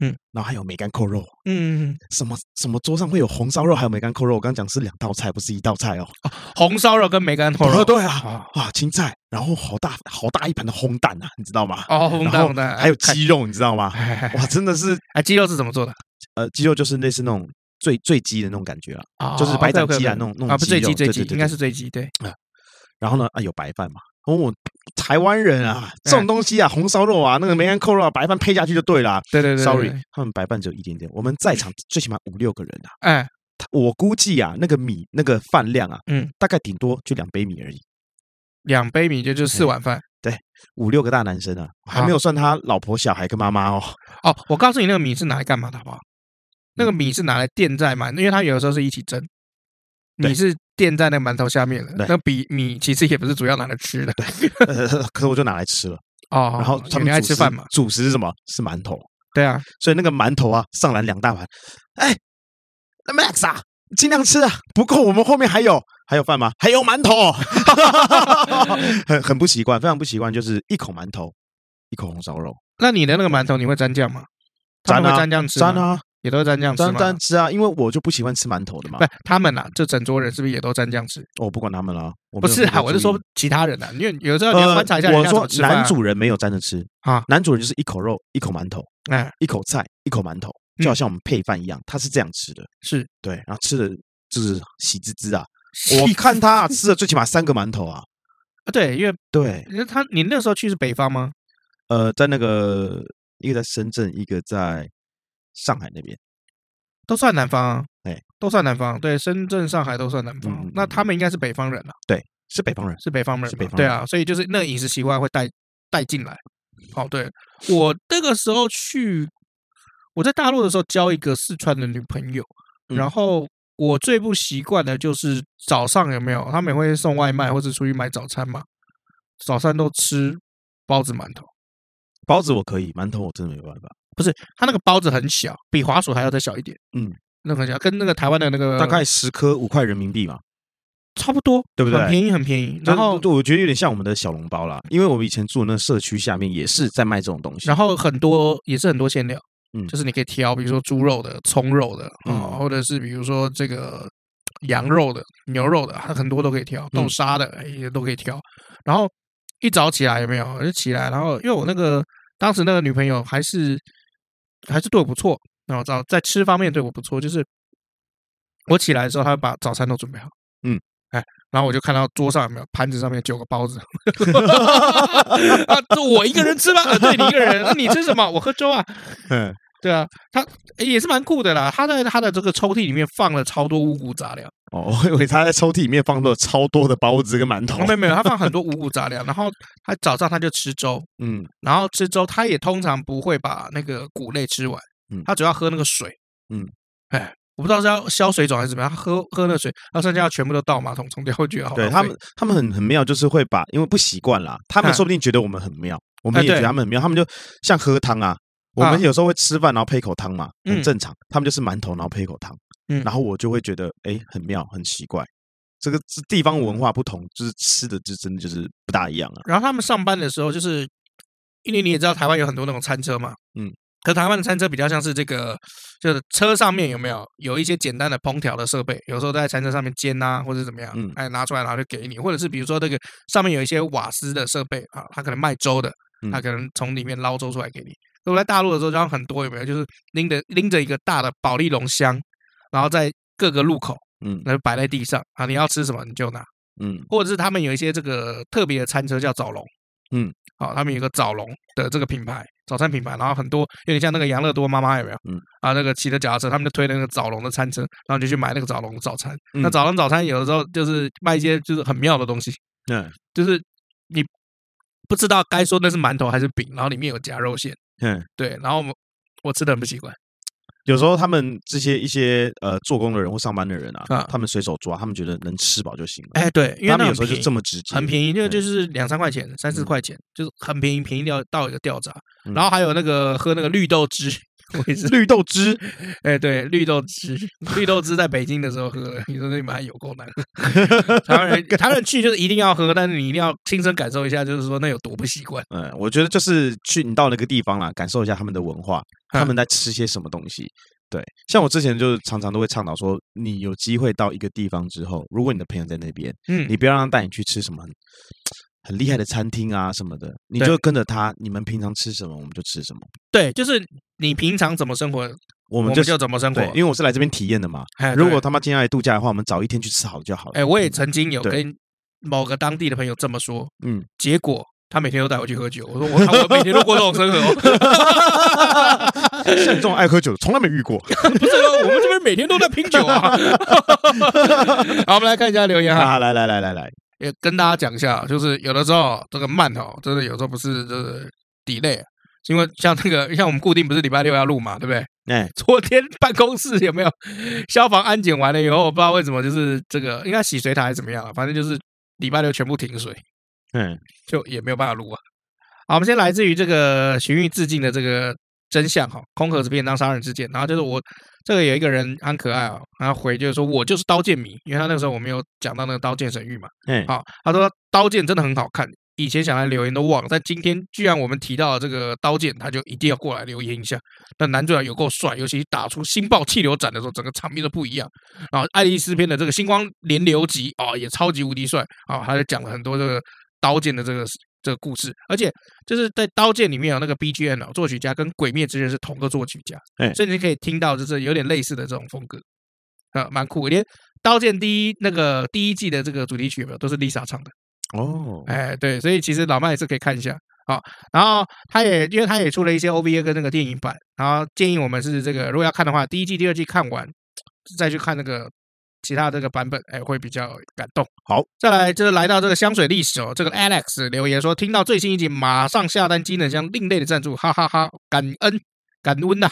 嗯，
然后还有梅干扣肉，
嗯，嗯嗯
什么什么桌上会有红烧肉还有梅干扣肉，我刚讲是两道菜，不是一道菜哦。
红烧肉跟梅 干扣
哦，
肉
对
啊
啊，啊，青菜，然后好大好大一盘的烘蛋啊，你知道吗？
哦，红
然
蛋
后
红蛋，
还有鸡肉，你知道吗？
哎，哎哎
哇，真的是
哎，鸡肉是怎么做的？
呃，鸡肉就是类似那种醉醉鸡的那种感觉啊。
啊
就是白斩鸡啊
，OK，OK，OK
那种那种
啊，不是醉
鸡
鸡
肉
醉
对
鸡，
对对
应该是醉鸡，对，
然后呢，啊，有白饭嘛。哦，我台湾人
嗯哎
啊，这种东西啊，红烧肉啊，那个梅干扣肉啊，白饭配下去就对啦。
对对对对
Sorry，
对
他们白饭只有一点点，我们在场最起码五六个人啊，
哎，
他我估计啊，那个米那个饭量啊，
嗯，
大概顶多就两杯米而已。
两杯米就就
嗯
四碗饭。
五六个大男生啊，还没有算他老婆、小孩跟妈妈哦。
哦，我告诉你，那个米是拿来干嘛的，好不好？那
嗯
个米是拿来垫在馒，因为它有的时候是一起蒸，
对
米是垫在那个馒头下面的。
对
那比米其实也不是主要拿来吃的。
呃可是我就拿来吃了。
哦，
然后他
你
们
爱
主
吃
食
饭嘛？
主食是什么？是馒头。
对啊，
所以那个馒头啊，上来两大盘。哎那，Max 啊，尽量吃啊，不够我们后面还有还有饭吗？还有馒头 哦，很很不习惯，非常不习惯，就是一口馒头，一口红烧肉，
那你的那个馒头你会沾酱吗？他们会沾
沾
酱吃吗
沾，啊
也都会沾酱吃
沾
吗？
沾吃啊，因为我就不喜欢吃馒头的嘛
不，，他们啊，这整桌人是不是也都沾酱吃？
我不管他们了，我没
不
有
是
特别
啊，我是
注
说
意。
其他人啊，因为有时候你要
呃，
观察一下人
我
家怎
说
么吃饭啊。
男主人没有沾着吃
啊
男主人就是一口肉，一口馒头，
哎
一口菜，一口馒头，就好像我们配饭一样，他是这样吃的。
是
对，然后吃的就是喜滋滋啊！ 我看他、啊、吃了最起码三个馒头啊！
啊对，因为
对，
因为他你那时候去是北方吗？
呃，在那个一个在深圳，一个在上海那边，
都算南方、啊，
哎，
都算南方。对，深圳、上海都算南方。
嗯嗯嗯
那他们应该是北方人了、
是北方人。
是北方人嘛，
是北方人
对啊，所以就是那个饮食习惯会带带进来。哦，对我那个时候去，我在大陆的时候交一个四川的女朋友，
嗯
然后我最不习惯的就是早上有没有，他们也会送外卖或者出去买早餐嘛，早餐都吃包子馒头，
包子我可以，馒头我真的没办法，
不是它那个包子很小，比滑薯还要再小一点，
嗯，
呃那个很小，跟那个台湾的那个
大概十颗五块人民币嘛。
差不多，
对不对
很便宜，很便宜。然后，
对，我觉得有点像我们的小笼包啦，因为我们以前住的那个社区下面也是在卖这种 东西。
然后很多也是很多馅料，
嗯
就是你可以挑，比如说猪肉的、葱肉的，啊、
嗯
或者是比如说这个羊肉的、牛肉的，它很多都可以挑，
嗯
豆沙的哎也都可以挑。然后一早起来有没有？我就起来，然后因为我那个当时那个女朋友还是还是对我不错，那我知道在吃方面对我不错，就是我起来的时候，她会把早餐都准备好。
嗯，
哎，然后我就看到桌上有没有盘子上面有九个包子， 啊，这我一个人吃吗？啊对你一个人，那你吃什么？我喝粥啊。
嗯
对啊，他诶也是蛮酷的啦。他在他的这个抽屉里面放了超多五谷杂粮，
哦，我以为他在抽屉里面放了超多的包子跟馒头
哦、。没有没有，他放很多五谷杂粮。然后他早上他就吃粥，
嗯
然后吃粥他也通常不会把那个谷类吃完
嗯，
他主要喝那个水。
嗯，
哎，我不知道是要消水肿还是怎么样，他喝喝那水，他剩下的全部都倒马桶冲掉，我觉得好
对
浪
他
费
们，他们很很妙，就是会把，因为不习惯啦，他们
嗯
说不定觉得我们很妙，我们
哎
也觉
对
得他们很妙，他们就像喝汤啊，我
啊
们有时候会吃饭然后配一口汤嘛，
嗯
很正常。他们就是馒头然后配一口汤
嗯，
然后我就会觉得哎很妙很奇怪，这个是地方文化不同，就是吃的就真的就是不大一样啊。
然后他们上班的时候，就是因为你也知道台湾有很多那种餐车嘛，
嗯，
可台湾的餐车比较像是这个，就是车上面有没有有一些简单的烹调的设备，有时候在餐车上面煎啊，或者怎么样，
嗯
哎，拿出来然后就给你，或者是比如说那个上面有一些瓦斯的设备啊，他可能卖粥的，
嗯
他可能从里面捞粥出来给你。我在大陆的时候，然后很多有没有就是拎着拎着一个大的保利龙箱，然后在各个路口，
嗯
然后摆在地上啊，你要吃什么你就拿。
嗯
或者是他们有一些这个特别的餐车叫早龙，
嗯，
好、他们有一个早龙的这个品牌，早餐品牌，然后很多有点像那个养乐多妈妈有没有？
嗯，
啊，那个骑着脚踏车，他们就推那个早龙的餐车，然后你就去买那个早龙的早餐。
嗯
那早龙早餐有的时候就是卖一些就是很妙的东西，
嗯
就是你不知道该说那是馒头还是饼，然后里面有夹肉馅，
嗯，
对，然后我我吃的很不习惯，
有时候他们这些一些呃做工的人或上班的人
啊
啊，他们随手抓，他们觉得能吃饱就行了。
哎，对，因为
他
那
们
很
有时候就
便宜
这么直接，
很便宜，就
对
就是两三块钱、三四块钱，就是很便宜，便宜掉到一个掉渣。
嗯
然后还有那个喝那个绿豆汁，我也是，
绿豆汁，
哎，对，绿豆 汁，绿豆汁在北京的时候喝了，你说那妈有够难 喝。台湾人，台湾人去就是一定要喝，但是你一定要亲身感受一下，就是说那有多不习惯。
嗯，我觉得就是去你到那个地方啦，感受一下他们的文化，他们在吃些什么东西。对，像我之前就是常常都会倡导说，你有机会到一个地方之后，如果你的朋友在那边，
嗯
你不要让他带你去吃什么很很厉害的餐厅啊什么的，你
对
就跟着他，你们平常吃什么我们就吃什么，
对，就是你平常怎么生活，
我
我
们
们
就
就怎么生活
对，。因为我是来这边体验的嘛。
哎
如
对
果他妈今天来度假的话，我们早一天去吃好就好了。
哎，我也曾经有
对
跟某个当地的朋友这么说，
嗯，
结果他每天都带我去喝酒。我说 我我每天都过这种生活哦。
嗯像你这种爱喝酒的，从来没遇 过。
不是，啊我们这边每天都在拼酒啊。好，我们来看一下留言哈，
啊，来来来来来，
也跟大家讲一下，就是有的时候这个慢哦，真的有时候不是就是 delay，因为像那个像我们固定不是礼拜六要录嘛，对不 对？
哎，
昨天办公室有没有消防安检完了以后，我不知道为什么就是这个应该洗水塔还是怎么样啊，反正就是礼拜六全部停水，
嗯，
就也没有办法录啊。好，我们先来自于这个荀彧自尽的这个真相哈，空盒子便当杀人事件。然后就是我这个有一个人很可爱哦，然后回就是说我就是刀剑迷，因为他那个时候我们有讲到那个刀剑神域嘛。
哎，
好，他说刀剑真的很好看，以前想来留言都忘了，但今天居然我们提到了这个刀剑，他就一定要过来留言一下。那男主角有够帅，尤其打出星爆气流斩的时候，整个场面都不一样。然后爱丽丝篇的这个星光连流集啊、哦，也超级无敌帅啊、他就讲了很多这个刀剑的这个这个故事，而且就是在刀剑里面有那个 BGM 哦，作曲家跟鬼灭之刃是同个作曲家，
哎
所以你可以听到就是有点类似的这种风格，啊，蛮酷的。连刀剑第一那个第一季的这个主题曲有没有都是 Lisa 唱的？
哦，
哎，对，所以其实老麦也是可以看一下。好，然后他也因为他也出了一些 OVA 跟那个电影版，然后建议我们是这个如果要看的话，第一季、第二季看完再去看那个其他这个版本，哎，会比较感动。
好，
再来就是来到这个香水历史哦，这个 Alex 留言说听到最新一集马上下单机能箱另类的赞助，哈哈哈感恩感恩呐、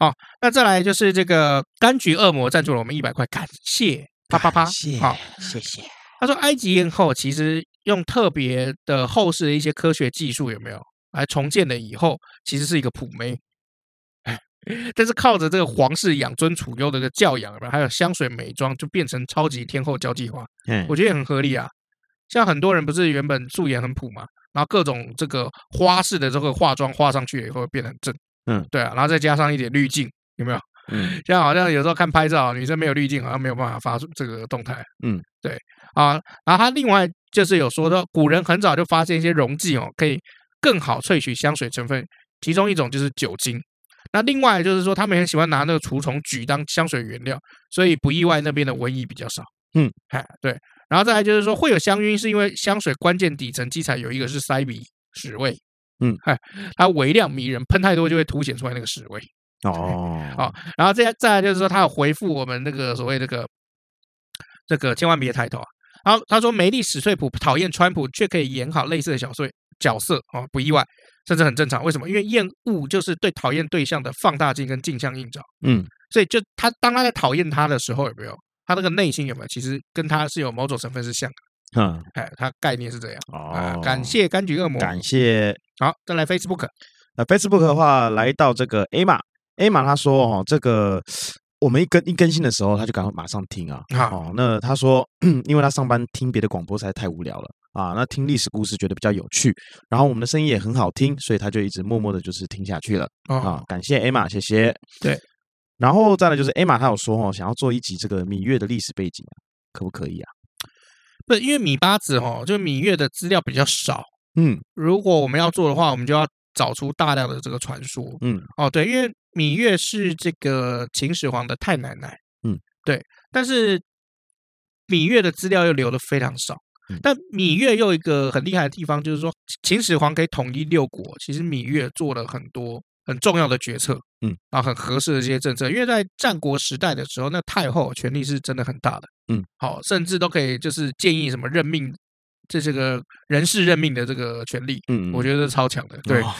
哦，那再来就是这个柑橘恶魔赞助了我们一百块，感谢啪啪啪，
感谢
好。
谢谢。
他说，埃及艳后其实用特别的后世的一些科学技术有没有来重建了以后，其实是一个普妹。哎 但是靠着这个皇室养尊处优的这个教养，还有香水美妆，就变成超级天后交际花，
嗯
我觉得也很合理啊。像很多人不是原本素颜很普嘛，然后各种这个花式的这个化妆画上去以后变得很正，
嗯，
对啊，然后再加上一点滤镜，有没有？
嗯
像好像有时候看拍照，女生没有滤镜，好像没有办法发出这个动态。
嗯，
对啊。然后他另外就是有说到，古人很早就发现一些溶剂哦，可以更好萃取香水成分，其中一种就是酒精。那另外就是说，他们很喜欢拿那个除虫菊当香水原料，所以不意外那边的蚊蚁比较少。
嗯，
哎，对。然后再来就是说，会有香晕，是因为香水关键底层基材有一个是塞鼻屎味。
嗯，
哎，它微量迷人，喷太多就会凸显出来那个屎味。
哦，
好然后再再来就是说，他有回复我们那个所谓这个这个千万别抬头啊。然后他说，梅丽史翠普讨厌川普，却可以演好类似的小碎角色哦，不意外，甚至很正常。为什么？因为厌恶就是对讨厌对象的放大镜跟镜像映照，
嗯
所以就他当他在讨厌他的时候，有没有他那个内心有没有其实跟他是有某种成分是像
嗯
的？哎，他概念是这样啊、
哦，
感谢柑橘恶魔，
感谢
好，再来 Facebook，
那 Facebook 的话，来到这个 A 玛，A 玛他说哦，这个我们一更一更新的时候，他就赶快马上听啊。
好
哦，那他说， 因为他上班听别的广播实在太无聊了啊，那听历史故事觉得比较有趣，然后我们的声音也很好听，所以他就一直默默的就是听下去了
哦
啊。感谢 A 玛，谢谢。
对，
然后再来就是 A 玛，他有说哦，想要做一集这个芈月的历史背景啊，可不可以啊？
不，因为米八子哦，就芈月的资料比较少。
嗯
如果我们要做的话，我们就要找出大量的这个传说。
嗯，
哦，对，因为芈月是这个秦始皇的太奶奶，
嗯，
对，但是芈月的资料又留的非常少
嗯。
但芈月又有一个很厉害的地方，就是说秦始皇可以统一六国，其实芈月做了很多很重要的决策，
嗯，
啊，很合适的这些政策。因为在战国时代的时候，那太后权力是真的很大的，
嗯，
好，甚至都可以就是建议什么任命，这这个人事任命的这个权利，
嗯，
我
得
觉得超强的，对，
哦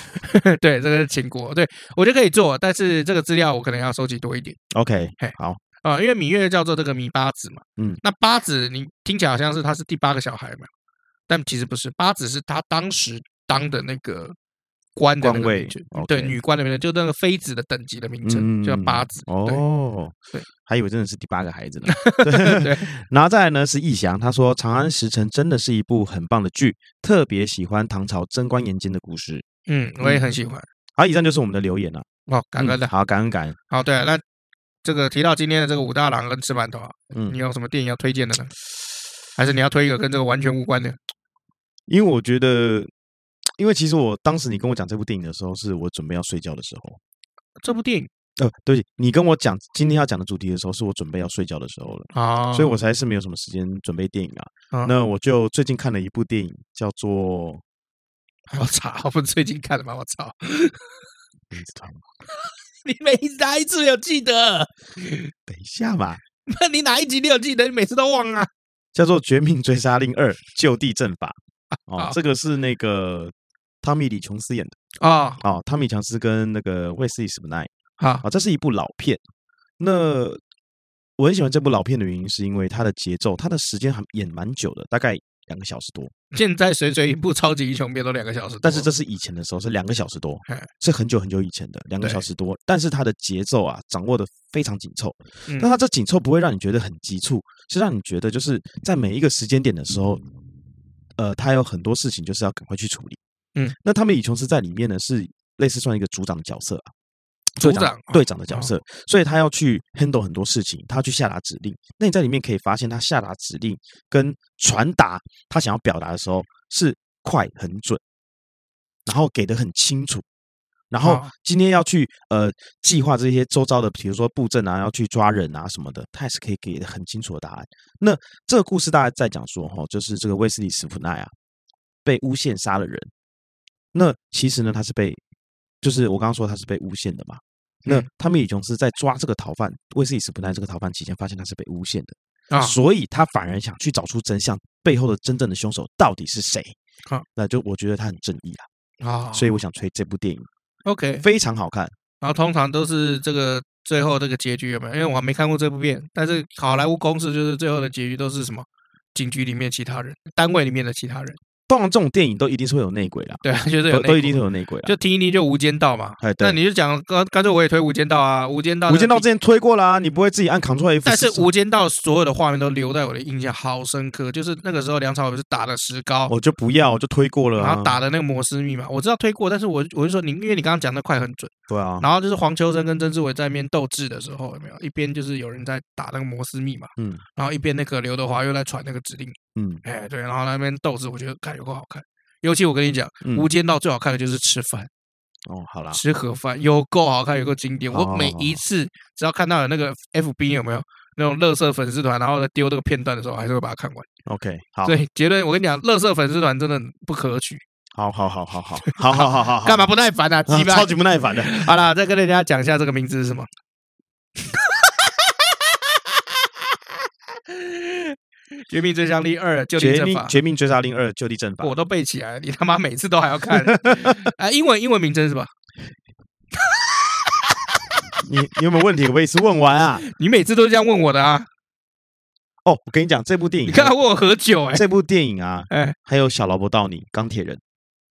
对， 这个是秦国，对我觉得可以做，但是这个资料我可能要收集多一点
OK，
嘿
好，
啊、因为芈月叫做这个芈八子嘛，
嗯，
那八子你听起来好像是他是第八个小孩嘛，但其实不是，八子是他当时当的那个官的那
官
个
位
名字，
，OK 嗯
对，女官的名字，就那个妃子的等级的名称，就叫八子，对
哦，
对，
还以为真的是第八个孩子呢。
对， 嗯
然后再来呢是易翔，他说《长安十城》真的是一部很棒的剧，特别喜欢唐朝贞观年间的故事。
嗯，我也很喜欢，
好，以上就是我们的留言了，
哦，感恩
嗯
的，
好，感恩感恩。
好，对、那这个提到今天的这个武大郎跟吃馒头啊，
嗯
你有什么电影要推荐的呢？还是你要推一个跟这个完全无关的？
因为我觉得，因为其实我当时你跟我讲这部电影的时候，是我准备要睡觉的时候。
这部电影
呃，对不起，你跟我讲今天要讲的主题的时候，是我准备要睡觉的时候了，
啊，
所以我才是没有什么时间准备电影啊
啊。
那我就最近看了一部电影，叫做
我操！我们最近看的嘛，我操！
名字突然
你每一哪一次有记得？
等一下嘛，
那你哪一集你有记得？你每次都忘啊！
叫做《绝命追杀令二：就地正法》哦
好，
这个是那个汤米·李·琼斯演的
啊、
哦，汤米·琼斯跟那个卫斯理·史普奈
好，
啊，这是一部老片。那我很喜欢这部老片的原因，是因为它的节奏，它的时间还演蛮久的，大概两个小时多。
现在随随一部超级英雄片都两个小时多，
但是这是以前的时候，是两个小时多
嘿，
是很久很久以前的两个
对
小时多。但是它的节奏啊，掌握的非常紧凑，
嗯
但它这紧凑不会让你觉得很急促，是让你觉得就是在每一个时间点的时候，呃，它有很多事情就是要赶快去处理。
嗯，
那他们以琼斯在里面呢，是类似算一个组长的角色啊。
组
队
长啊哦
队长的角色，所以他要去 handle 很多事情，他要去下达指令。那你在里面可以发现，他下达指令跟传达他想要表达的时候是快很准，然后给的很清楚。然后
好
今天要去呃计划这些周遭的，比如说布阵啊，要去抓人啊什么的，他也是可以给的很清楚的答案。那这个故事大概在讲说，哈、就是这个威斯利·史普奈啊，被诬陷杀了人。那其实呢，他是被，就是我刚刚说他是被诬陷的嘛。那
嗯
他们已经是在抓这个逃犯威斯利·史普奈这个逃犯期间，发现他是被诬陷的，
啊
所以他反而想去找出真相，背后的真正的凶手到底是谁
好？
那就我觉得他很正义啊，
啊，
所
以
以我想吹这部电影
OK。
非常好看。
然后通常都是这个最后这个结局有没有？因为我还没看过这部片，但是好莱坞公式就是最后的结局都是什么？警局里面其他人，单位里面的其他人，
通常这种电影都一定是会有内鬼啦，
对啊，就是有
都
内
都
鬼
一定是有内鬼啦。
就听一听 E 就《无间道》嘛。
哎，
那
对，
你就讲干干脆我也推《无间道》啊，《无间道》
《无间道》之前推过啦，你不会自己按 Ctrl F，
但是《
我
无间道》所有的画面都留在我的印象好深刻，就是那个时候梁朝伟是打了石膏，
我就不要，我就推过哦了啊。
然后打的那个摩斯密码，我知道推过，但是我我就说你，因为你刚刚讲的快很准，
对啊，
然后就是黄秋生跟曾志伟在面斗智的时候，有没有一边就是有人在打那个摩斯密码，
嗯
然后一边那个刘德华又在传那个指令，
嗯
哎对，然后那边斗智，我觉得哎看有够好看。尤其我跟你讲，
嗯
《无间道》最好看的就是吃饭，
哦，好啦，
吃盒饭有够好看，有够经典。我每
哦
一次只要看到有那个 FB 有没有那种乐色粉丝团，然后丢那个片段的时候，还是会把它看完。
OK，好，
对，结论我跟你讲，乐色粉丝团真的不可取，
好好好 好好好好好好好，
干嘛不耐烦 啊？
啊
鸡巴！
超级不耐烦的，
好啦，再跟大家讲一下这个名字是什么。绝命追香力二，就地
绝
正
命
法，
绝命追杀令二就地正法
我都背起来了，你他妈每次都还要看 啊！英文英文名称是吧？
你你有没有问题？我一次问完啊。
你每次都这样问我的啊！
哦，我跟你讲，这部电
你
影，啊
刚才问我喝酒哎、
这部电影啊，
哎
还有小劳勃道尼、钢铁人，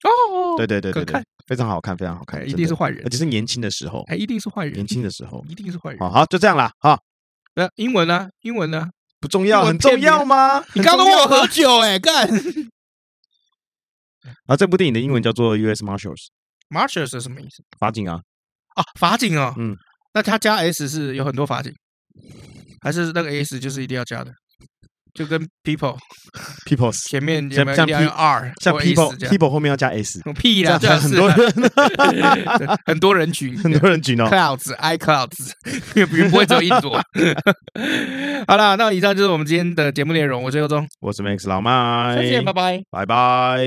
哦，
对对对对
可
对
看，
非常好看，非常好看，
哎一
真
定
的
是坏人
而，且是年轻的时候，
哎，一定是坏人
年，轻的时候。
一定是坏人。
好好，就这样啦，啊，
那英文呢？英文呢？
不重要，
英文
很重
片名
要吗？
你刚刚都
很重
问
要
我
吗
喝酒哎， 干
啊，这部电影的英文叫做《U.S. Marshals》
Marshall 是什么意思
法警啊，
啊？法警哦，
嗯，
那他加 S 是有很多法警，还是那个 S 就是一定要加的？就跟 people
People's，
前面有
像
没有一
像
定要用
P-
R
像
或 S
People
这样
People 后面要加 S，
屁
这
啦，
样
最好
很
啊是
多
啦
人
对很多人群，
很多人举 哦。
clouds i clouds，也不不会只有一组啊。 好啦，那以上就是我们今天的节目内容。我是尤忠，
哎我是 Max 老麦，
再见，拜拜。
拜拜。